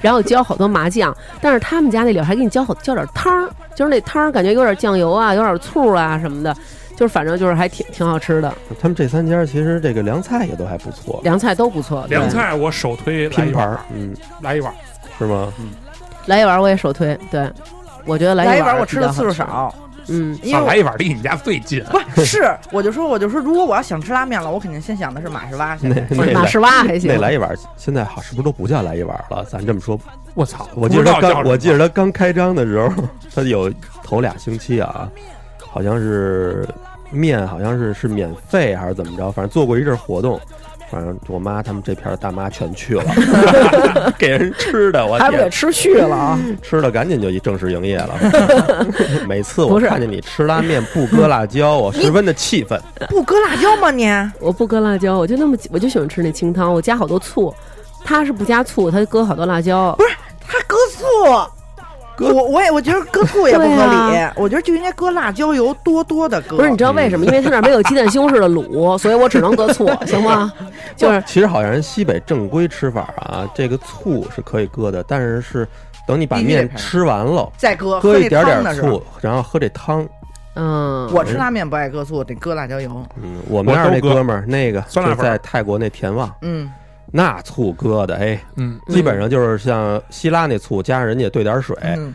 S1: 然后浇好多麻酱，但是他们家那里还给你浇好浇点汤儿，就是那汤儿感觉有点酱油啊，有点醋啊什么的，就是反正就是还挺挺好吃的，
S2: 他们这三家其实这个凉菜也都还不错，
S1: 凉菜都不错。对
S4: 凉菜我首推来
S2: 拼
S4: 一
S2: 盘
S4: 碗
S2: 儿，，嗯，
S4: 来一碗。
S2: 是吗？
S1: 嗯来一碗我也首推，对，我觉得来
S3: 来
S1: 一
S3: 一
S1: 碗
S3: 碗我吃的
S1: 比较好
S3: 次数少，
S1: 嗯，
S3: 因为
S4: 啊
S3: 我
S4: 来一碗离你们家最近，
S3: 不是，我就说我就说，如果我要想吃拉面了，我肯定先想的是马士蛙。现
S2: 那那
S3: 在
S1: 马
S2: 来
S1: 士蛙还行
S2: 那。来一碗，现在好是不是都不叫来一碗了？咱这么说，
S4: 我操！
S2: 我记
S4: 不
S2: 得
S4: 知
S2: 他
S4: 道叫什
S2: 刚
S4: 么
S2: 我记得他刚开张的时候，他有头俩星期啊，好像是面好像是是免费还是怎么着，反正做过一阵活动。反正我妈他们这片儿大妈全去了， 给人吃的，我
S1: 还不给
S2: 天，
S1: 吃续了啊！
S2: 吃的赶紧就一正式营 业了。每次我
S1: 不是
S2: 看见你吃拉面不搁辣椒，我十分的气愤。
S3: 不搁辣椒吗你？
S1: 我不搁辣椒，我就那么我就喜欢吃那清汤，我加好多醋。他是不加醋，他就搁好多辣椒。
S3: 他搁醋，我我也我觉得搁醋也不合
S1: 对
S3: 理，我觉得就应该搁辣椒油多多的搁。
S1: 不是，你知道为什么？因为他那儿没有鸡蛋西红柿的卤，所以我只能搁醋，行吗？就是
S2: 其实好像人西北正规吃法啊，这个醋是可以搁的，但是是等你把
S3: 必须得
S2: 面
S3: 配
S2: 吃完了，
S3: 再搁
S2: 搁
S3: 喝
S2: 一
S3: 那
S2: 点
S3: 汤
S2: 点
S3: 的时候
S2: 醋，然后喝这汤。
S1: 嗯，
S3: 我吃拉面不爱搁醋，得搁辣椒油。
S2: 嗯，我们那儿那
S4: 我都搁
S2: 哥们儿那个
S4: 酸辣
S2: 就
S4: 粉
S2: 在泰国那田旺，
S3: 嗯，
S2: 那醋搁的，哎，
S4: 嗯，
S1: 嗯
S2: 基本上就是像希拉那醋，加上人家兑点水，
S3: 嗯，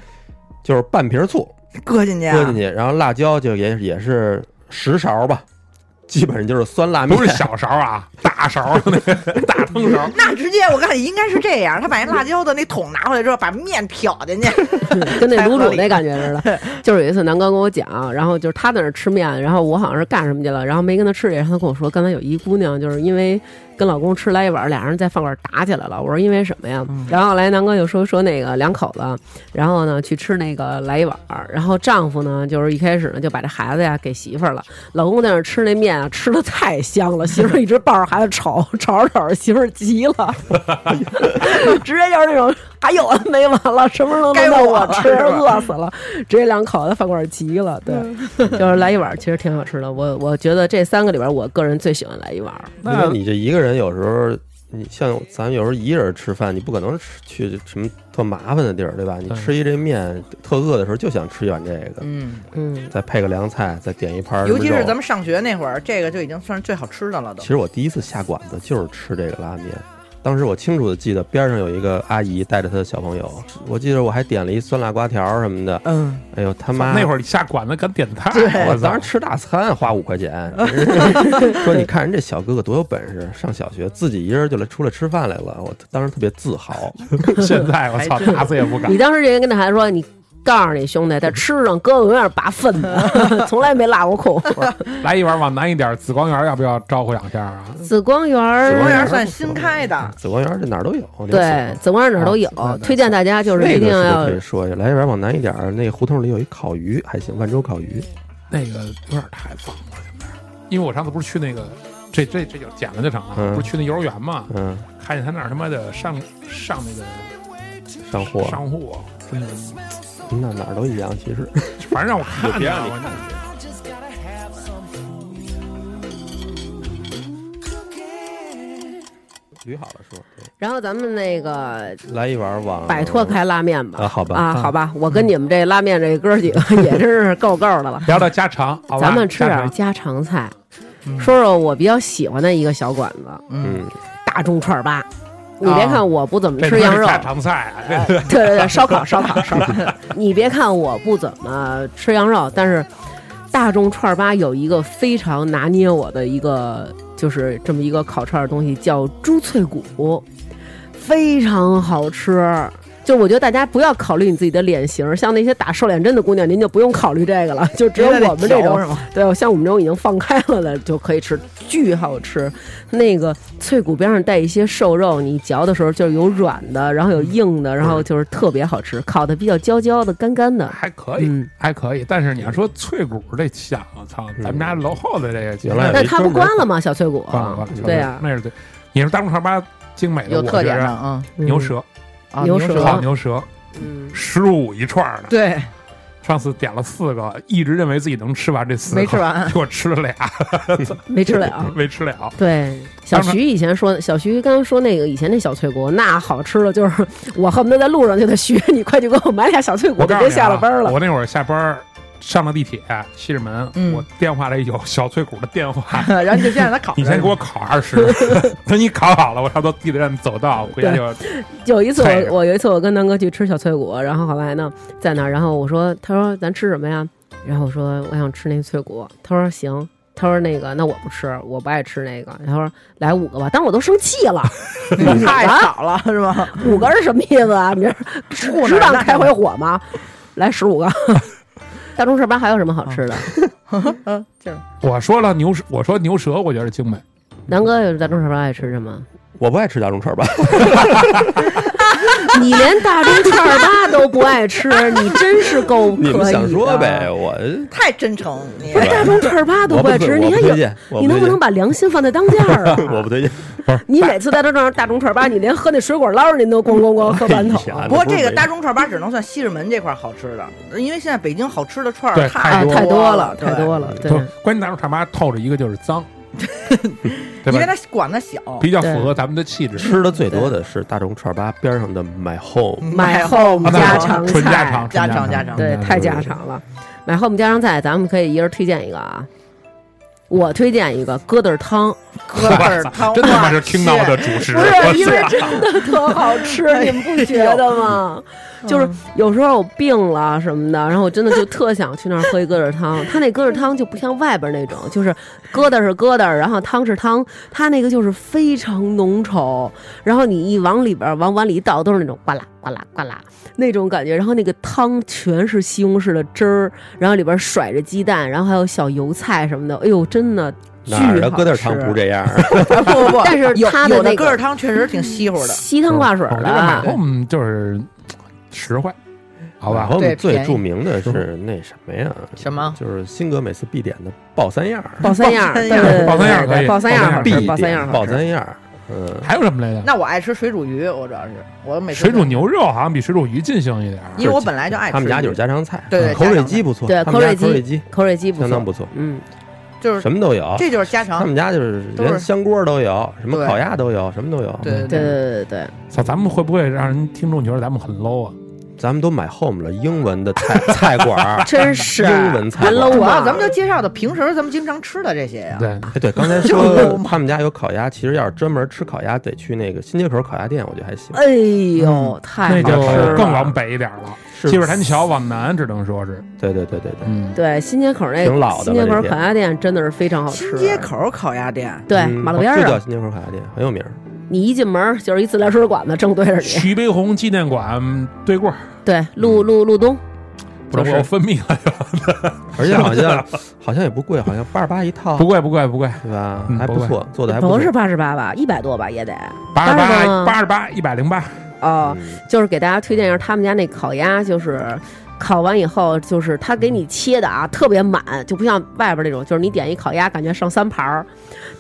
S2: 就是半瓶醋
S3: 搁进去啊，
S2: 哎搁进去，然后辣椒就也也是十勺吧，基本上就是酸辣面，
S4: 不是小勺啊，大勺 那个大汤勺。
S3: 那直接我告诉你，应该是这样，他把那辣椒的那桶拿回来之后，把面挑进
S4: 嗯
S3: 去，
S1: 跟那卤煮那感觉似的。就是有一次南哥跟我讲，然后就是他在那儿吃面，然后我好像是干什么去了，然后没跟他吃，然后他跟我说，刚才有一姑娘就是因为跟老公吃来一碗，俩人在饭馆打起来了。我说因为什么呀？然后来南哥就说说那个两口子，然后呢去吃那个来一碗，然后丈夫呢就是一开始呢就把这孩子呀给媳妇儿了，老公在那儿吃那面啊吃的太香了， 媳妇儿一直抱着孩子吵，吵着吵着媳妇儿急了， 直接就是那种还有完没完了，什么时候能
S3: 该
S1: 轮到
S3: 我
S1: 我
S3: 了
S1: 吃？
S3: 是吧
S1: 饿死了，直接两口子饭馆急了。对，就是来一碗，其实挺好吃的。我我觉得这三个里边，我个人最喜欢来一碗。
S2: 因为你这一个人有时候你像咱有时候一人吃饭，你不可能吃去什么特麻烦的地儿，对吧？你
S4: 对
S2: 吃一这面，特饿的时候就想吃一碗这个，
S3: 嗯，
S1: 嗯，
S2: 再配个凉菜，再点一盘儿什么
S3: 尤
S2: 肉。
S3: 其是咱们上学那会儿，这个就已经算是最好吃的了都
S2: 其。实我第一次下馆子就是吃这个拉面，当时我清楚的记得边上有一个阿姨带着她的小朋友，我记得我还点了一酸辣瓜条什么的。
S3: 嗯，
S2: 哎呦他妈！
S4: 那会儿你下馆子敢点菜，
S2: 我
S4: 我
S2: 当
S4: 当
S2: 时
S4: 时
S2: 吃大餐花五块 钱，说你看人这小哥哥多有本事，上小学自己一人就来出来吃饭来了，我当时特别自豪。
S4: 现在我操，打死也不 敢
S1: 你。当时这人跟他还说你。告诉你兄弟，在吃上哥哥永远是拔粪的， 从来没落过空。
S4: 来一碗往南一点，紫光园要不要招呼两下啊？
S1: 紫光园
S2: 紫
S3: 公
S2: 光
S1: 儿，
S2: 园
S3: 园算新开的，
S2: 紫光园这哪儿都有，那
S1: 对，紫光园哪儿都有
S4: 啊，
S1: 推荐大家就是
S2: 那
S1: 一
S2: 个
S1: 定
S2: 是不
S1: 要
S2: 是可以说一下，来一点往南一点儿，那胡同里有一烤鱼，还行，万州烤鱼。
S4: 那个有点太脏了，现在。因为我上次不是去那个，这这这就剪了就成了，
S2: 嗯
S4: 不是去那幼儿园嘛，
S2: 嗯，
S4: 看见他那儿他妈的上上那个
S2: 上货，
S4: 商户，真的，
S2: 那哪儿都一样，其实。
S4: 反正让我看
S2: 别
S4: 见
S2: 让你
S4: 了，我
S2: 捋好了说，
S1: 然后咱们那个
S2: 来一碗往
S1: 摆脱开拉面吧。
S2: 哦啊好吧
S1: 啊，好吧，我跟你们这拉面这哥几个 也真是够够的了。
S4: 聊聊家常，好吧
S1: 咱们吃
S4: 家
S1: 点
S4: 常
S1: 家常菜，说说我比较喜欢的一个小馆子
S2: 嗯，
S1: ——
S2: 哦
S1: 大众串儿吧。你别看我不怎么
S4: 这
S1: 吃
S4: 他妈
S1: 羊
S4: 是
S1: 肉，
S4: 家常菜啊，这
S1: 对 对对，烧烤烧烤烧烤。 你别看我不怎么吃羊肉，但是大众串儿吧有一个非常拿捏我的一个，就是这么一个烤串儿的东西，叫猪脆骨，非常好吃。就我觉得大家不要考虑你自己的脸型，像那些打瘦脸针的姑娘，您就不用考虑这个了，就只有我们这
S3: 别在那嚼
S1: 种
S3: 是吗，
S4: 哎
S1: 对，像我们这种已经放开了的就可以吃，巨好吃。那个脆骨边上带一些瘦肉，你嚼的时候就是有软的，然后有硬的，然后就是特别好吃，烤的比较焦焦的、干干的。
S4: 还可以，
S1: 嗯，
S4: 还可以。但是你要说脆骨这香，我操，咱们家楼后的这个
S2: 原来
S1: 那它不关了吗？小脆骨啊
S4: 关了关了，
S1: 哦对呀，
S4: 那是对。你说大众串吧精美的，
S3: 有
S4: 我
S3: 特
S4: 觉
S3: 点的
S4: 着
S3: 啊，
S1: 嗯
S4: 牛，舌，
S3: 啊
S1: 牛舌
S4: 烤牛舌
S1: 嗯，
S4: 十五一串儿呢。
S3: 对，
S4: 上次点了四个，一直认为自己能吃完这四个，
S3: 没 吃完
S4: 结果吃了俩，
S1: 没吃了。啊
S4: 没吃了。
S1: 对，小
S4: 当时
S1: 徐以前说，小徐刚刚说那个以前那小脆骨，那好吃了，就是我恨不得在路上就得学你，快去给我买俩小脆骨，
S4: 我
S1: 就
S4: 告诉
S1: 别
S4: 你啊
S1: 下了班了。
S4: 我那会儿下班儿上了地铁，西直门，
S3: 嗯，
S4: 我电话里有小脆骨的电话
S3: 然后你就先让他烤着。
S4: 你先给我烤二十，等你烤好了，我差不多地铁站走道回家就
S1: 有一次
S4: 菜
S1: 我我有一次我跟南哥去吃小脆骨，然后后来呢在那儿，然后我说他说咱吃什么呀？然后我说哎我想吃那脆骨，他说行。他说：“那个，那我不吃，我不爱吃那个。”他说：“来五个吧。”当时我都生气 了，
S3: 太少了是吧？
S1: 五个是什么意思 啊？你这只
S3: 我哪
S1: 只当
S3: 儿
S1: 开回火吗？来十五个。 大钟市吧还有什么好吃
S3: 啊
S1: 的？
S3: 嗯，就是
S4: 我说了牛舌，我说牛舌，我觉得精美。
S1: 南哥有大钟市吧爱吃什么？
S2: 我不爱吃大众串吧，
S1: 你连大钟串儿吧都不爱吃，你真是够可以的。
S2: 你们想说呗，我
S3: 太真诚，你
S1: 不是大钟串儿吧都
S2: 我
S1: 不
S2: 不
S1: 爱吃，
S2: 推
S1: 你
S2: 我
S1: 还
S2: 不推
S1: 有
S2: 荐，我
S1: 你
S2: 不
S1: 能不
S2: 推
S1: 能
S2: 荐，
S1: 把良心放在当间儿
S2: 我
S1: 啊
S2: 不？推荐。
S1: 你每次在这上大钟串吧，你连喝那水果捞您都咣咣 咣喝半桶。
S2: 哎呀
S3: 不过这个大
S2: 那
S3: 众串吧只能算西直门这块儿好吃的，因为现在北京好吃的串
S4: 对
S3: 儿
S1: 啊，
S4: 太
S1: 太
S3: 多
S1: 多了，
S3: 对
S1: 太多了，对
S4: 就，是关键大众串吧透着一个就是脏，对
S3: 因为
S4: 吧？
S3: 它管的小，
S4: 比较
S1: 对
S4: 符合咱们的气
S2: 不
S4: 质。
S2: 是吃的最多的是大众串吧边上的 My Home，
S1: 买
S4: 啊
S1: home
S4: 那
S1: 家
S4: 是
S1: 常
S4: 纯家
S1: 菜
S4: 常，，嗯
S3: 家常
S4: 纯
S3: 家
S4: 家
S3: 常
S1: 对，太家常了。买 home 家常菜，咱们可以一人推荐一个啊。我推荐一个疙瘩汤，
S3: 哥们儿汤
S4: 真他妈是听到的主持，我
S1: 因为
S4: 操
S1: 真的特好吃，你们不觉得吗？ 就是有时候我病了什么的，然后我真的就特想去那儿喝一疙瘩汤。它那疙瘩汤就不像外边那种，就是疙瘩是疙瘩，然后汤是汤，它那个就是非常浓稠，然后你一往里边往碗里一倒，都是那种呱啦呱啦呱啦那种感觉。然后那个汤全是西红柿的汁儿，然后里边甩着鸡蛋，然后还有小油菜什么的。哎呦，真的巨
S2: 哪
S1: 好
S2: 儿
S1: 吃。
S2: 的疙瘩汤
S1: 啊
S2: 不这样？啊
S3: 不不不，
S1: 但是
S3: 有
S1: 它的
S3: 有的
S1: 那个嗯
S3: 疙瘩汤确实挺稀乎的，
S1: 稀
S2: 嗯
S1: 汤挂水
S2: 哦
S4: 我觉得买
S1: 的。啊
S4: home 就是实惠，好吧
S2: My？Home
S3: 对
S2: 最
S3: 便宜
S2: 著名的是那什么呀？
S3: 什么
S2: 就是新哥每次必点的爆三样儿，
S1: 爆三样儿，
S3: 爆
S1: 对
S3: 三样儿
S1: 对对
S4: 爆三样儿
S1: 对对
S4: 可以
S1: 爆三样儿好
S2: 必
S4: 爆三
S1: 吃，爆
S2: 点
S1: 三样儿好
S2: 爆
S1: 吃。
S2: 三样儿，嗯，
S4: 还有什么来着？
S3: 那我爱吃水煮鱼，我主要是我每次
S4: 水煮，牛肉好像比水煮鱼尽兴一点儿。
S3: 因为我本来就爱吃鱼。
S2: 他们家就是家常菜，啊
S3: 对对
S2: 口
S3: 家
S2: 水
S3: 常菜
S2: 鸡不错，
S1: 对
S2: 他们家
S1: 口
S2: 口
S1: 水
S2: 水
S1: 鸡
S2: 鸡
S1: 口水鸡不
S2: 相当
S1: 错，
S2: 不错，
S1: 嗯，
S3: 就是
S2: 什么都有。
S3: 这就是家
S2: 他
S3: 常，
S2: 们家就是
S3: 都是
S2: 连香锅都有，什么
S3: 对
S2: 烤鸭都有，什么都有。
S3: 对对
S1: 对对对对
S2: 嗯
S4: 操，咱们会不会让人听众觉得咱们很
S1: 嗯
S4: low 啊？
S2: 咱们都买 home 了，英文的菜菜馆儿
S1: 对，。真是
S2: 英文菜
S1: 还 low
S3: 主
S1: 啊！
S3: 要咱们就介绍的平时咱们经常吃的这些呀。
S4: 对，
S2: 哎，对，刚才
S3: 就是
S2: 说
S3: 嘛
S2: 他们家有烤鸭，其实要是专门吃烤鸭，得去那个新街口烤鸭店，我觉得还行。
S1: 哎
S2: 嗯
S1: 呦，
S4: 那
S1: 太
S4: 就
S1: 好吃了，
S4: 更往北一点了，
S2: 是
S4: 积水潭桥往南，只能说是，
S2: 对对对对对，
S4: 嗯，
S1: 对，新街口那
S2: 挺老
S1: 新
S2: 的
S1: 街口
S2: 了这
S1: 烤鸭店真的是非常好吃。
S3: 新街口烤鸭店，
S1: 对
S2: 嗯
S1: 马路边儿
S2: 就叫
S1: 啊，
S2: 新街口烤鸭店，很有名儿。
S1: 你一进门就是一自来水馆子，正对着你。
S4: 徐悲鸿纪念馆对过儿，
S1: 对，路路路东，
S4: 不是
S2: 就是
S4: 我分泌了，
S2: 而且好像好像也不贵，好像八十八一
S1: 哦
S2: 套
S4: 不，贵不贵不贵，
S2: 对吧
S4: 嗯？
S2: 还
S4: 不
S2: 不错，做的还错。
S1: 不是八十八吧，一百多吧也得。
S4: 八十八
S1: 吗
S4: 八十八一百零八，
S1: 哦，
S2: 嗯，
S1: 就是给大家推荐一下他们家那烤鸭，就是烤完以后，就是他给你切的啊，特别满，就不像外边那种，就是你点一烤鸭感觉上三盘儿。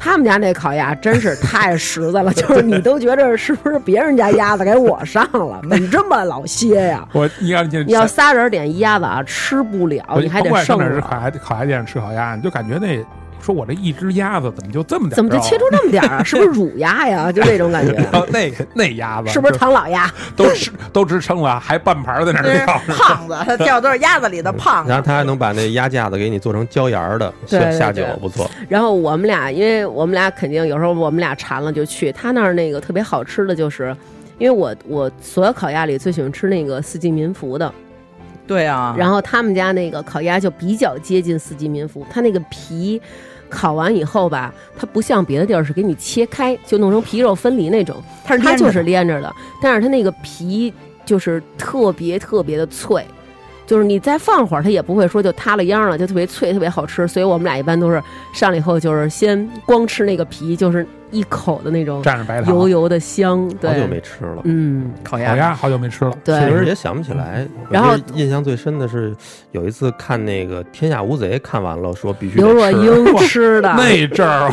S1: 他们家那烤鸭真是太实在了，就是你都觉着是不是别人家鸭子给我上了，怎么这么老些呀？
S4: 我你要你
S1: 你要仨人点一鸭子啊，吃不了，
S4: 我
S1: 你还得
S4: 甭管上
S1: 剩
S4: 哪儿吃
S1: 着。
S4: 烤鸭烤鸭店吃烤鸭，你就感觉那说我这一只鸭子怎么就这么点儿
S1: 怎么就
S4: 肉啊
S1: 切出这么点儿啊？是不是乳鸭呀？就这种感觉，
S4: 然 后那个那鸭子
S1: 是不是唐老鸭？
S4: 就都吃都吃撑了，还半盘儿在那
S3: 这
S4: 儿
S3: 是
S4: 撂 着？
S3: 胖子，他掉都是鸭子里的胖
S2: 然
S3: 子。
S2: 后他还能把那鸭架子给你做成椒盐儿的
S1: 对
S2: 下
S1: 对
S2: 下酒
S1: 对，
S2: 不错。
S1: 然后我们俩，因为我们俩肯定有时候我们俩馋了就去他那儿那个特别好吃的就是。因为我我所有烤鸭里最喜欢吃那个四季民福的，
S3: 对啊，
S1: 然后他们家那个烤鸭就比较接近四季民福，它那个皮烤完以后吧，它不像别的地儿是给你切开就弄成皮肉分离那种，
S3: 他是
S1: 它
S3: 连着
S1: 就
S3: 的
S1: 是连着的，但是它那个皮就是特别特别的脆，就是你再放会儿，它也不会说就塌了秧了，就特别脆，特别好吃。所以我们俩一般都是上来以后就是先光吃那个皮，就是一口的那种
S4: 蘸着白糖。
S1: 油油的香，
S2: 好久
S1: 对，
S2: 没吃了，
S1: 嗯，
S3: 烤
S4: 烤鸭好久没吃了，
S1: 对
S3: 哎
S2: 其实也想不起来。
S1: 嗯然后
S2: 我就是印象最深的是有一次看那个《天下无贼》，看完了说必须得
S1: 刘若
S2: 吃
S1: 英吃的，
S4: 那阵儿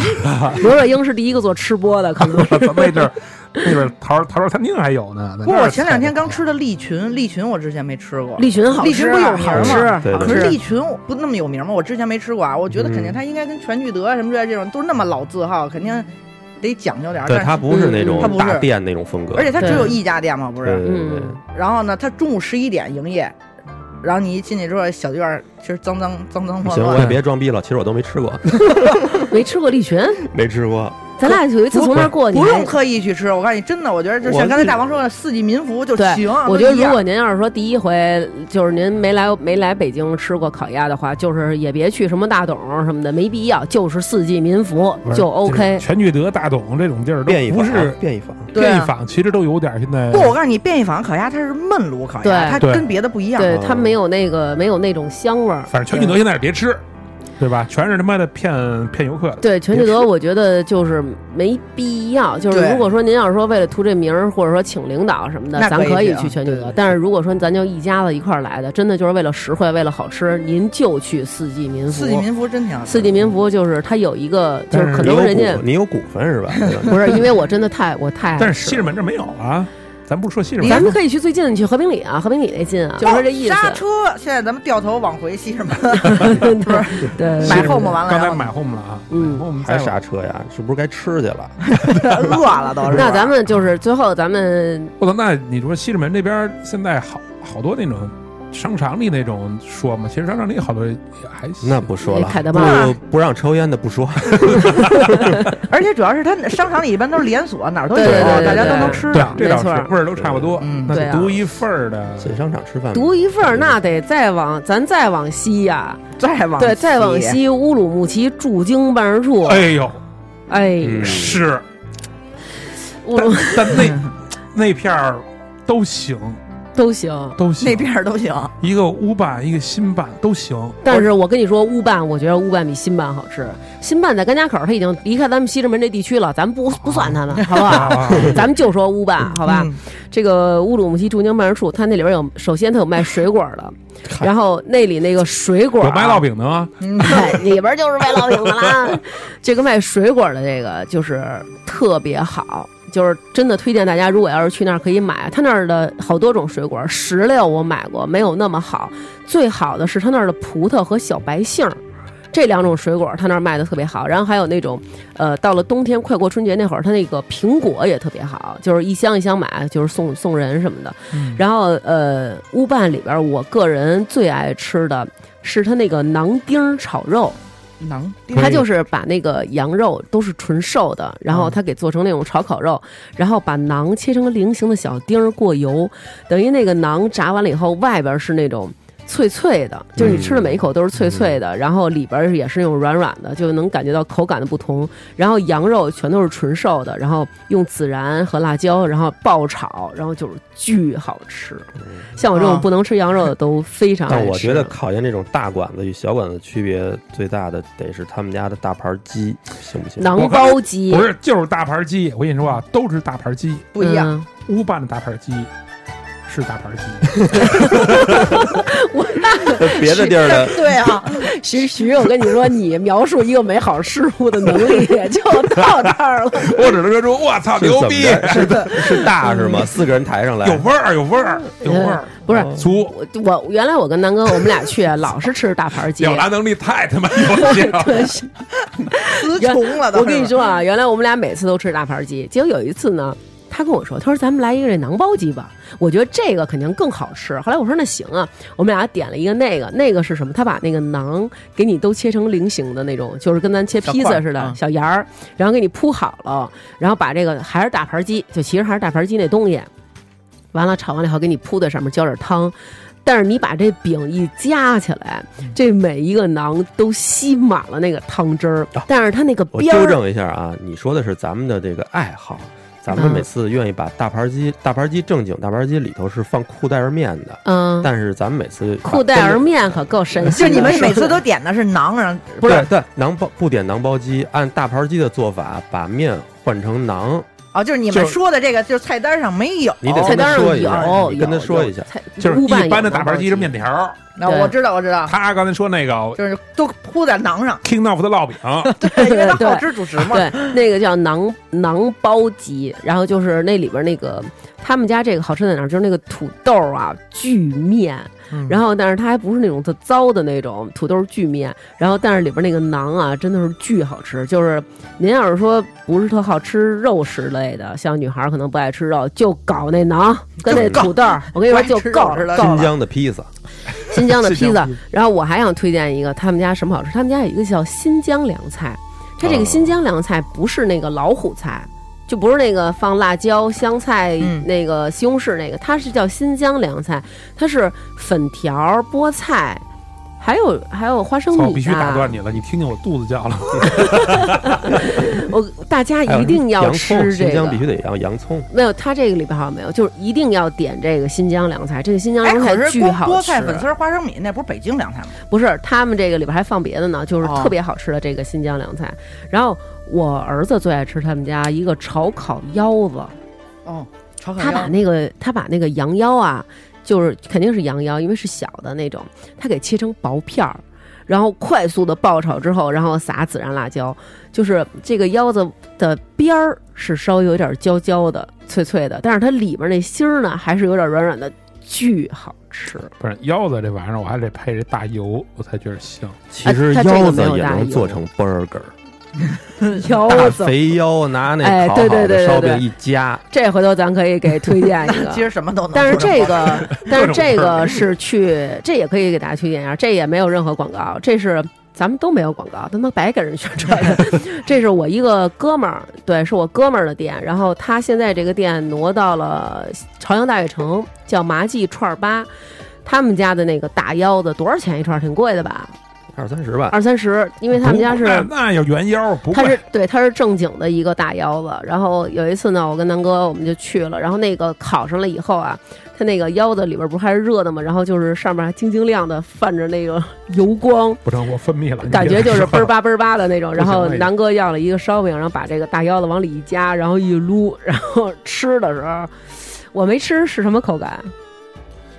S1: 刘若英是第一个做吃播的，可能
S4: 我操那阵儿那阵儿陶陶烧餐厅还有呢。在那儿
S3: 不过我前两天刚吃的利群，利群我之前没吃过。
S1: 利群好吃，啊
S3: 利群不有名
S1: 好吃
S3: 吗？
S2: 对
S1: 好
S2: 对
S3: 可
S1: 吃
S3: 是利群不那么有名吗？我之前没吃过啊，我觉得肯定
S2: 嗯
S3: 他应该跟全聚德啊什么之类这种都是那么老字号，肯定得讲究点儿。
S2: 对
S3: 但是
S2: 他不是那种
S1: 嗯他
S3: 不是
S2: 大店那种风格，
S3: 而且他只有
S1: 对
S3: 一家店嘛，不
S2: 对
S3: 是？
S2: 对对对
S1: 嗯
S3: 然后呢，他中午十一点营业，然后你一进去之后，小院儿其实脏脏脏脏乱
S2: 行，我
S1: 嗯
S2: 也
S3: 乱。
S2: 别装逼了，其实我都没吃 过，
S1: 没吃过利 群，
S2: 没吃过。
S1: 咱俩有一次从那儿过，你
S3: 不
S1: 还
S3: 用刻意去吃，我告诉你，真的，我觉得就
S2: 我
S3: 像刚才大王说的，四季民福就
S1: 对
S3: 行。啊
S1: 我觉得
S3: 都一
S1: 如
S3: 样
S1: 果您要是说第一回就是您没来没来北京吃过烤鸭的话，就是也别去什么大董什么的，没必要，就是四季民福
S4: 不是
S1: 就是 OK。
S4: 全聚德、大董这种地儿
S2: 变一
S4: 都
S2: 坊
S4: 不
S2: 啊
S4: 是
S2: 变一坊，
S3: 对
S4: 便
S3: 啊
S4: 宜坊，其实都有点儿现在
S3: 不，我告诉你，便宜坊烤鸭它是焖炉烤鸭，
S1: 对
S3: 它
S4: 对
S3: 跟别的不一样。
S1: 对，
S2: 啊
S1: 它没有那个没有那种香味儿。
S4: 反正全聚德现在是别吃，对吧？全是他妈的骗骗游客的。
S1: 对全聚
S4: 别
S1: 德，
S4: 吃
S1: 我觉得就是没必要。就是
S3: 对
S1: 如果说您要是说为了图这名儿，或者说请领导什么的，
S3: 那
S1: 咱
S3: 可以
S1: 可以
S3: 去啊
S1: 去全聚
S3: 对
S1: 德
S3: 对。
S1: 但是如果说咱就一家子一块儿来的，真的就是为了实惠，为了好吃，您就去四季民福。
S3: 四季民福真挺好吃。
S1: 四季民福就是它有一个，就
S4: 但
S1: 是
S4: 是
S1: 可
S2: 你
S1: 能
S2: 有
S1: 人家
S2: 股你有股份是吧？对吧
S1: 不是，因为我真的太我太爱
S4: 但是
S1: 吃
S4: 西直门这没有啊，咱不是说西直门，
S1: 咱们可以去最近的，去和平里啊，和平里那近啊，就是这意思。
S3: 哦 刹车！现在咱们掉头往回西直门，
S1: 对对 对
S4: 西直
S3: 买
S4: 门
S3: home 完了，
S4: 刚才
S3: 然后
S4: 买 home 了啊，
S1: 嗯
S4: 我们
S2: 还刹车呀？是不是该吃 去了？
S3: 饿了都是。
S1: 那咱们就是最后咱们
S4: 我操，那你说西直门这边现在好好多那种商场里那种说嘛，其实商场里好多也还行。
S2: 那不说了
S1: 凯，德曼
S2: 不不让抽烟的不说，
S3: 而且主要是它商场里一般都是连锁，哪儿都有，
S1: 对对对对
S3: 大家都能
S1: 对
S3: 吃
S4: 对
S3: 上。，
S4: 这倒
S1: 没错
S4: 是味儿都差不多，
S3: 嗯
S4: 那
S1: 对
S4: 就
S1: 啊
S4: 独一份儿的。
S2: 进商场吃饭
S1: 独一份儿，
S2: 嗯
S1: 那得再往咱再往西呀，
S3: 再往
S1: 对，再往，西乌鲁木齐驻京办事处，
S4: 哎呦，
S1: 哎，
S2: 嗯
S4: 是，
S1: 乌
S4: 但
S1: 鲁
S4: 但那那片儿都行，
S1: 都行。
S4: 都行。
S3: 那边儿都行。
S4: 一个乌办，一个新办都行。
S1: 但是我跟你说，乌办，我觉得乌办比新办好吃。新办在甘家口，它已经离开咱们西直门这地区了，咱们不不算他们，好不好？
S4: 啊，
S1: 咱们就说乌办，好吧？
S3: 嗯
S1: 这个乌鲁木齐驻京办事处，它那里边有，首先它有卖水果的，然后那里那个水果、啊、
S4: 有卖烙饼的吗？
S1: 哎， 里边就是卖烙饼的啦。 这个卖水果的这个就是特别好，就是真的推荐大家，如果要是去那儿可以买，他那儿的好多种水果，石榴我买过，没有那么好，最好的是他那儿的葡萄和小白杏儿。这两种水果他那儿卖的特别好。然后还有那种，呃，到了冬天快过春节那会儿，他那个苹果也特别好，就是一箱一箱买，就是送送人什么的。
S4: 嗯
S1: 然后呃，乌办里边儿我个人最爱吃的是他那个囊丁儿炒肉。
S3: 囊丁
S1: 他就是把那个羊肉都是纯瘦的，然后他给做成那种炒烤肉，然后把馕切成菱形的小丁儿过油，等于那个馕炸完了以后，外边是那种脆脆的，就是你吃的每一口都是脆脆的，然后里边也是那种软软的，就能感觉到口感的不同。然后羊肉全都是纯瘦的，然后用孜然和辣椒，然后爆炒，然后就是巨好吃。像我这种
S3: 啊
S1: 不能吃羊肉的都非常爱吃。
S2: 但我觉得考验这种大馆子与小馆子区别最大的得是他们家的大盘鸡行不行？
S1: 馕包鸡
S4: 不是，就是大盘鸡。我跟你说啊，都是大盘鸡，
S3: 不一样，
S1: 嗯
S4: 乌办的大盘鸡是大盘鸡。
S2: 别的地
S1: 嗯
S2: 儿的
S3: 对啊，
S1: 徐徐，我跟你说，你描述一个美好事物的能力也就到这儿了。
S4: 我只能说出，我操，
S2: 是怎
S4: 牛
S2: 么
S4: 逼，
S2: 着？ 哎是 是大是吗？四个人抬上来
S4: 有，味儿，有味儿，
S2: 嗯
S4: 有味儿，啊哦
S1: 不是
S4: 足。
S1: 我我原来我跟南哥我们俩去，啊老是吃大盘鸡。
S4: 表达能力太他妈有限了，
S3: 词穷 了都。
S1: 我跟你，说啊，原来我们俩每次都吃大盘鸡，结果有一次呢，他跟我说，他说咱们来一个这馕包鸡吧，我觉得这个肯定更好吃。后来我说那行啊，我们俩点了一个那个， 那个是什么？他把那个馕给你都切成菱形的那种，就是跟咱切披萨似
S3: 小块儿
S1: 的
S3: 嗯
S1: 小沿儿，然后给你铺好了，然后把这个还是大盘鸡，就其实还是大盘鸡那东西，完了炒完了以后给你铺在上面，浇点汤。但是你把这饼一夹起来，这每一个馕都吸满了那个汤汁儿，但是它那个
S2: 我
S1: 边
S2: 纠
S1: 儿
S2: 正一下啊，你说的是咱们的这个爱好。咱
S1: 嗯
S2: 们每次愿意把大盘鸡，大盘鸡正经大盘鸡里头是放裤带儿面的，
S1: 嗯，
S2: 但是咱们每次把
S1: 裤带儿面可够神奇
S3: 就
S1: 的。
S3: 你们每
S1: 是
S3: 次都点的是馕，然后
S2: 不是对馕包不点馕包鸡，按大盘鸡的做法把面换成馕，
S3: 哦，就是你
S2: 就
S3: 们说的这个，就是菜单上没有。
S2: 你得
S1: 菜
S2: 跟
S1: 单
S2: 他
S1: 上
S2: 说一下，
S1: 有，
S2: 你跟他
S1: 有
S2: 说
S1: 有
S2: 一下，
S1: 菜
S4: 就是
S1: 乌
S4: 一
S1: 拌有
S4: 般的
S1: 馕
S4: 大盘鸡
S1: 包
S4: 是面条儿，
S3: 那
S1: 对
S3: 我知道，我知
S1: 啊
S3: 道，
S4: 他刚才说那个，
S3: 就是都铺在馕上
S4: King of 啊的烙饼，
S3: 对，因为它
S1: 对
S3: 好吃主食嘛。
S1: 对，那个叫馕馕包鸡，然后就是那里边那个他们家这个好吃在哪儿，就是那个土豆啊巨面，然后但是它还不是那种特糟的那种土豆巨面，然后但是里边那个馕啊真的是巨好吃，就是您要是说不是特好吃肉食类的，像女孩儿可能不爱吃肉，就搞那馕跟那土豆儿，我跟你说就
S3: 不爱吃
S1: 够
S3: 肉食
S1: 了
S3: 了
S1: 够
S2: 新
S1: 了。
S2: 疆的披萨，
S1: 新疆的披
S4: 新
S1: 萨
S4: 疆披萨。
S1: 然后我还想推荐一个，他们家什么好吃？他们家有一个叫新疆凉菜，它这个
S2: 哦
S1: 新疆凉菜不是那个老虎菜。就不是那个放辣椒、香菜、
S3: 嗯
S1: 那个西红柿那个，它是叫新疆凉菜，它是粉条、菠菜，还有还有花生米、啊。
S4: 操，必须打断你了，你听见我肚子 叫了吗，
S1: 我大家
S2: 还有
S1: 一定要
S2: 洋葱，
S1: 吃这
S2: 新疆必须
S1: 个。啊
S2: 得洋洋葱，
S1: 没有，它这个里边好像没有，就是一定要点这个新疆凉菜。这个新疆
S3: 哎，
S1: 凉菜
S3: 可是
S1: 巨
S3: 菠
S1: 好吃。
S3: 菠菜粉丝儿花生米那不是北京凉菜吗？
S1: 不是，他们这个里边还放别的呢，就是
S3: 哦
S1: 特别好吃的这个新疆凉菜。然后我儿子最爱吃他们家一个炒烤腰子，
S3: 哦，炒烤
S1: 他把
S3: 鸭。
S1: 那个他把那个羊腰啊，就是肯定是羊腰，因为是小的那种，他给切成薄片儿，然后快速的爆炒之后，然后撒孜然辣椒，就是这个腰子的边儿是稍微有点焦焦的、脆脆的，但是它里边那芯儿呢还是有点软软的，巨好 吃。
S4: 不是腰子这玩意儿，我还得配这大油，我才觉得香。
S2: 其实
S1: 它这个
S2: 腰
S1: 没
S2: 子
S1: 有
S2: 也
S1: 大
S2: 能
S1: 油
S2: 做成 burger，
S1: 腰
S2: 大
S1: 子，
S2: 肥腰拿那
S1: 哎
S2: 烤好
S1: 对对对
S2: 的
S1: 对
S2: 烧
S1: 对
S2: 饼一夹，
S1: 这回头咱可以给推荐 一个。
S3: 其实什么都能。
S1: 但是这个， 但是这
S4: 各种味
S1: 个
S4: 儿
S1: 是去，这也可以给大家推荐一下，这也没有任何广告，这是咱们都没有广告，他妈白给人宣传的。 这是我一个哥们儿，对，是我哥们儿的店，然后他现在这个店挪到了朝阳大悦城，叫麻记串儿吧。他们家的那个大腰子多少钱一串儿？挺贵的吧，
S2: 二三十吧，
S1: 二三十，因为他们家是
S4: 不那那要原腰，不
S1: 它
S4: 贵
S1: 是对，它是正经的一个大腰子。然后有一次呢，我跟南哥我们就去了，然后那个烤上了以后啊，它那个腰子里边不是还是热的吗？然后就是上面还晶晶亮的，泛着那个 油光，
S4: 不成，我分泌了，
S1: 感觉就是嘣儿
S4: 吧。
S1: 吧嘣儿吧的那种。然后
S4: 哎不行了啊已经
S1: 南哥要了一个烧饼，然后把这个大腰子往里一夹，然后一撸，然后吃的时候。我没吃是什么口感？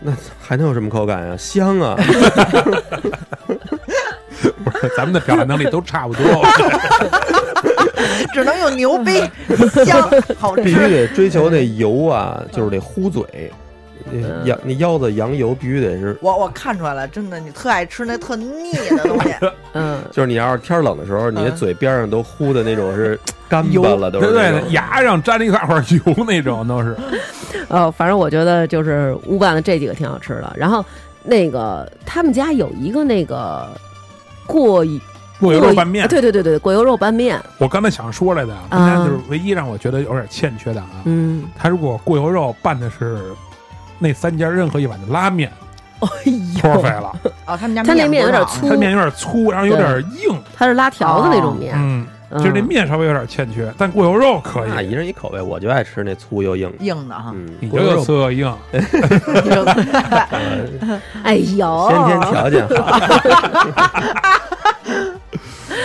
S2: 那还能有什么口感呀？香啊！
S4: 不是， 咱们的表达能力都差不多。
S3: 只能用牛逼香好
S2: 必须
S3: 吃。
S2: 得追求那油啊，就是得糊嘴，
S4: 嗯
S2: 那羊那腰子羊油必须得是，
S3: 我我看出来了，真的，你特爱吃那特腻的东 西，
S1: 嗯，
S2: 就是你要是天冷的时候，你的
S3: 嗯
S2: 嘴边上都糊的那种是干
S4: 油
S2: 巴了，都是
S4: 对
S2: 那
S4: 对，
S2: 种
S4: 牙上沾了一大块油那种都是。
S1: 呃，反正我觉得就是乌办的这几个挺好吃的。然后那个他们家有一个那个过
S4: 过油肉拌面，
S1: 对对对对，过油肉拌面，
S4: 我刚才想说来的，他们家就是唯一让我觉得有点欠缺的啊。
S1: 嗯，
S4: 他如果过油肉拌的是那三家任何一碗的拉面，
S1: 哎
S4: 托
S1: 呦
S4: 费，
S2: 啊
S4: 了。
S3: 哦，他们家
S1: 他那面有点
S3: 不啊是
S1: 粗
S4: 它面有点粗，然后有点硬，
S1: 它是拉条的那种面，
S4: 嗯，
S1: 嗯
S4: 就是那面稍微有点欠缺，但过油肉可
S2: 那一
S4: 以。
S2: 人一口味，我就爱吃那粗又硬的。
S3: 好硬的啊哈，
S2: 嗯，
S4: 啊你
S2: 锅
S4: 就
S2: 肉
S4: 有色硬，
S2: 嗯
S1: 哎呦，
S2: 先天条件好。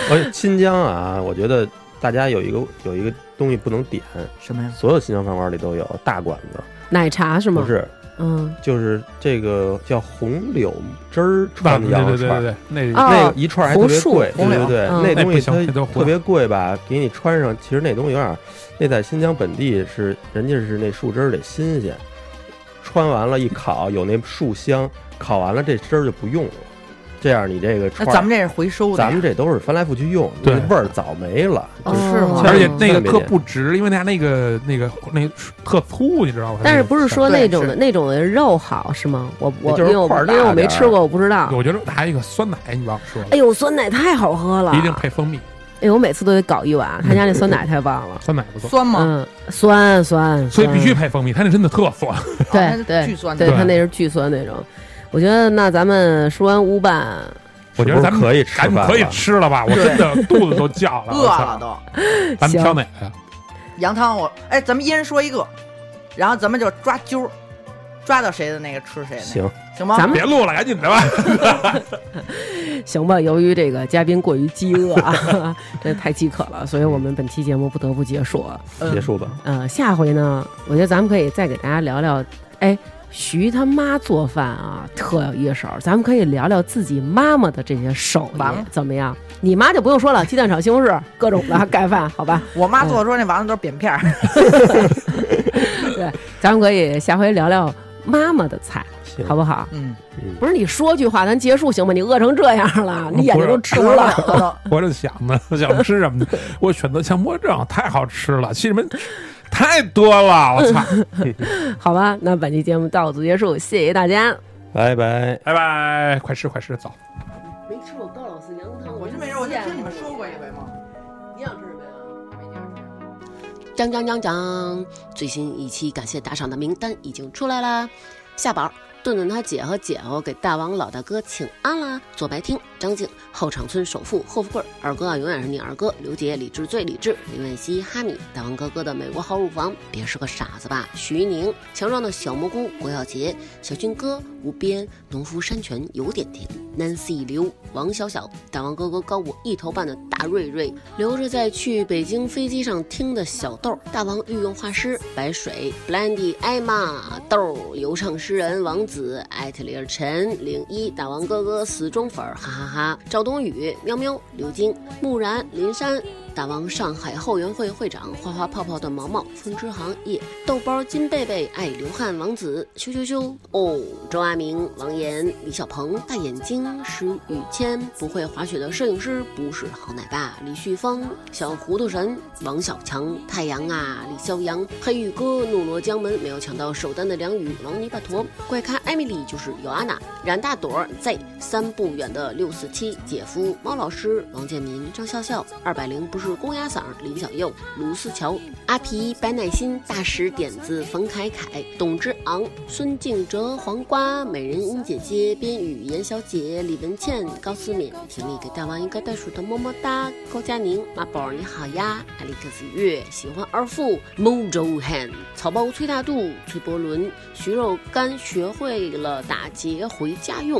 S2: 而且新疆啊，我觉得大家有一个有一个东西不能点，
S3: 什么呀？
S2: 所有新疆饭馆里都有大馆子，
S1: 奶茶是吗？
S2: 不，是，
S1: 嗯，
S2: 就是这个叫红柳汁儿
S4: 那
S2: 串
S4: 对
S2: 羊
S4: 对
S2: 肉
S4: 对
S2: 串
S4: 对
S2: 儿。
S4: 对，那
S1: 啊
S2: 那个一串儿还特别贵，对
S3: 红嗯
S2: 对
S3: 薯
S2: 对，
S1: 红柳
S2: 那东西
S4: 哎不行
S2: 它
S4: 那都
S2: 特别贵吧？给你穿上，其实那东西有点儿，那在新疆本地是人家是那树枝儿得新鲜，穿完了，一烤有那树香，烤完了这汁儿就不用了，这样你这个
S3: 那
S2: 串儿
S3: 咱们这是回收的呀，
S2: 咱们这都是翻来覆去用，
S4: 对
S2: 那味儿早没了。
S1: 哦
S2: 就是
S3: 吗
S4: 而且
S2: 嗯
S4: 那个
S2: 没
S4: 特
S2: 点
S4: 不值，因为它那个那个那个特粗，你知道吗？
S1: 但是不是说
S3: 对
S1: 那种的
S3: 是
S1: 那种的肉好是吗？我我
S2: 那就
S1: 因
S2: 是
S1: 为我
S2: 块儿
S1: 因
S2: 大
S1: 为我没
S2: 点儿
S1: 吃过，我不知道。
S4: 我觉得还有一个酸奶，你忘了说了
S1: 哎，呦，酸奶太好喝了，
S4: 一定配蜂蜜，
S1: 哎，我每次都得搞一碗，他家那酸奶太棒了，
S4: 酸奶不错，
S3: 酸吗？
S1: 嗯，酸酸，
S4: 所以嗯必须
S1: 酸
S4: 配蜂蜜，它那真的特酸。
S3: 哦那
S1: 对
S3: 是
S1: 对，
S3: 巨酸的
S1: 对
S4: 对
S1: 他那是巨酸那种。我觉得那咱们说完乌办，
S4: 我觉得咱
S2: 是
S4: 们
S2: 不是可以吃
S4: 咱
S2: 饭
S4: 们
S2: 了，
S4: 可以吃了吧？我真的肚子都叫了，
S3: 饿
S4: 我
S3: 了
S4: 操！
S3: 都。
S4: 咱们
S1: 行
S4: 挑哪个呀？
S3: 羊汤我哎，咱们一人说一个，然后咱们就抓阄儿，抓到谁的那个吃谁的那
S2: 行，
S3: 个，行吗？
S1: 咱们
S4: 别录了，赶紧的吧。
S1: 行吧，由于这个嘉宾过于饥饿啊， 真的太饥渴了，所以我们本期节目不得不结束了。
S3: 嗯
S2: 结束吧。
S1: 呃，下回呢，我觉得咱们可以再给大家聊聊，哎，徐他妈做饭啊，特有一手，咱们可以聊聊自己妈妈的这些手艺
S3: 完了，
S1: 怎么样？你妈就不用说了，鸡蛋炒西红柿，各种的盖饭，好吧？
S3: 我妈做的时候那丸子都是扁片儿，
S1: 对，咱们可以下回聊聊妈妈的菜，
S2: 行，
S1: 好不好？
S3: 嗯，
S2: 嗯，
S1: 不是你说句话，咱结束行吗？你饿成这样了，你眼睛都直
S3: 吃了
S1: 了。
S3: 都
S4: 我就想呢，想吃什么 呢？我选择强迫症，太好吃了，其实们太多了，我操！
S1: 好吧，那本期节目到此结束，谢谢大家。
S2: 拜拜。
S4: 拜拜，快吃快吃，走。
S1: 没吃过高老师羊汤，
S3: 我就没事，我就听你们说过一回吗？
S1: 你想吃什么呀？
S6: 张张张张，最新一期感谢打赏的名单已经出来啦！夏宝、顿顿他姐和姐夫给大王老大哥请安啦！左白听、张静、后场村首富霍富贵儿、二哥啊永远是你二哥、刘杰、李志最李志、林远熙、哈米、大王哥哥的美国好乳房，别是个傻子吧？徐宁、强壮的小蘑菇郭耀杰、小军哥、无边、农夫山泉有点甜、Nancy 刘、王小小、大王哥哥高我一头半的大瑞瑞，留着在去北京飞机上听的小豆儿，大王御用画师白水、Blandy、艾玛、豆儿、游唱诗人王子、艾特里尔陈、零一、大王哥哥死忠粉儿，哈哈哈！赵冬雨、喵喵、刘晶、木然、林珊。大王上海后援会会长花花泡泡的毛毛风之行业豆包金贝贝爱流汗王子咻咻咻哦周阿明王岩李小鹏大眼睛石宇谦不会滑雪的摄影师不是好奶爸李旭峰小糊涂神王小强太阳啊李逍遥黑玉哥怒罗江门没有抢到首单的梁宇王泥巴坨怪咖艾米丽就是尤安娜冉大朵儿 Z 三不远的六四七姐夫猫老师王建民张笑笑二百零不是公鸭嗓儿林小佑卢思乔阿皮白乃馨大使点子冯凯凯董之昂孙敬哲黄瓜美人音姐姐边雨严小姐李文倩高思敏婷丽给大王一个袋鼠的么么哒高佳宁马宝儿你好呀艾利克斯月喜欢二副 Mojo Hand 草包崔大度崔伯伦徐肉干学会了打结回家用。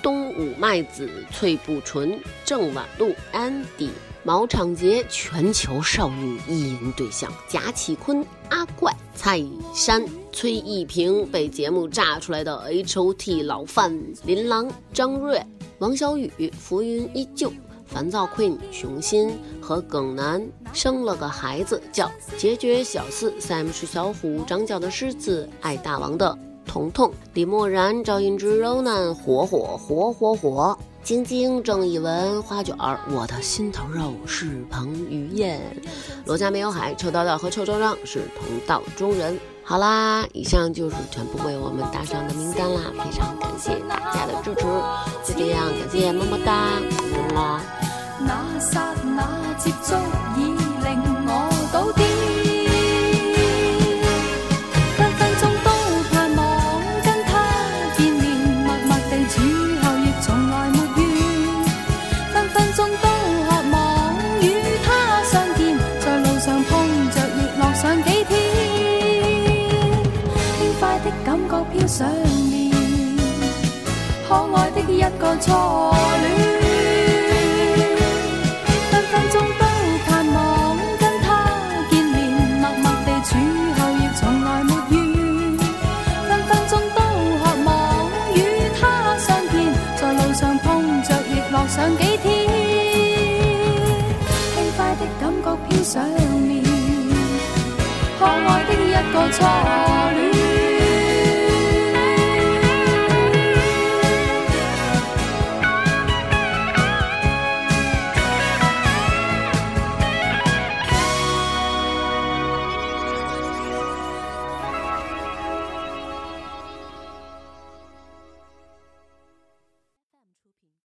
S6: 东武麦子、翠不纯、郑婉露、Andy、毛长杰，全球少女意淫对象贾启坤、阿怪、蔡山、崔一平，被节目炸出来的 HOT 老范林郎、张瑞、王小雨、浮云依旧。烦躁 Queen 熊心和耿楠生了个孩子，叫孑孓小四 Sam 是小虎，长角的狮子，爱大王的彤彤、李默然、赵印之、Ronan、火火、火火火、晶晶、郑艺文、花卷儿，我的心头肉是彭于晏，罗家没有海、臭道道和臭昭彰是同道中人。好啦，以上就是全部为我们打赏的名单啦，非常感谢大家的支持，就这样，感谢么么哒，么啦。
S7: 那刹那接觸已令我倒跌，分分鐘都盼望跟他見面，默默地處候，亦從來沒怨，分分鐘都渴望與他相見，在路上碰着亦樂上幾天，輕快的感覺飄上面，可愛的一個初戀。分分鐘都盼望跟他見面，默默地處候，亦從來沒怨。分分鐘都渴望與他相見，在路上碰着亦樂上幾天，輕快的感覺飄上面，可愛的一個初。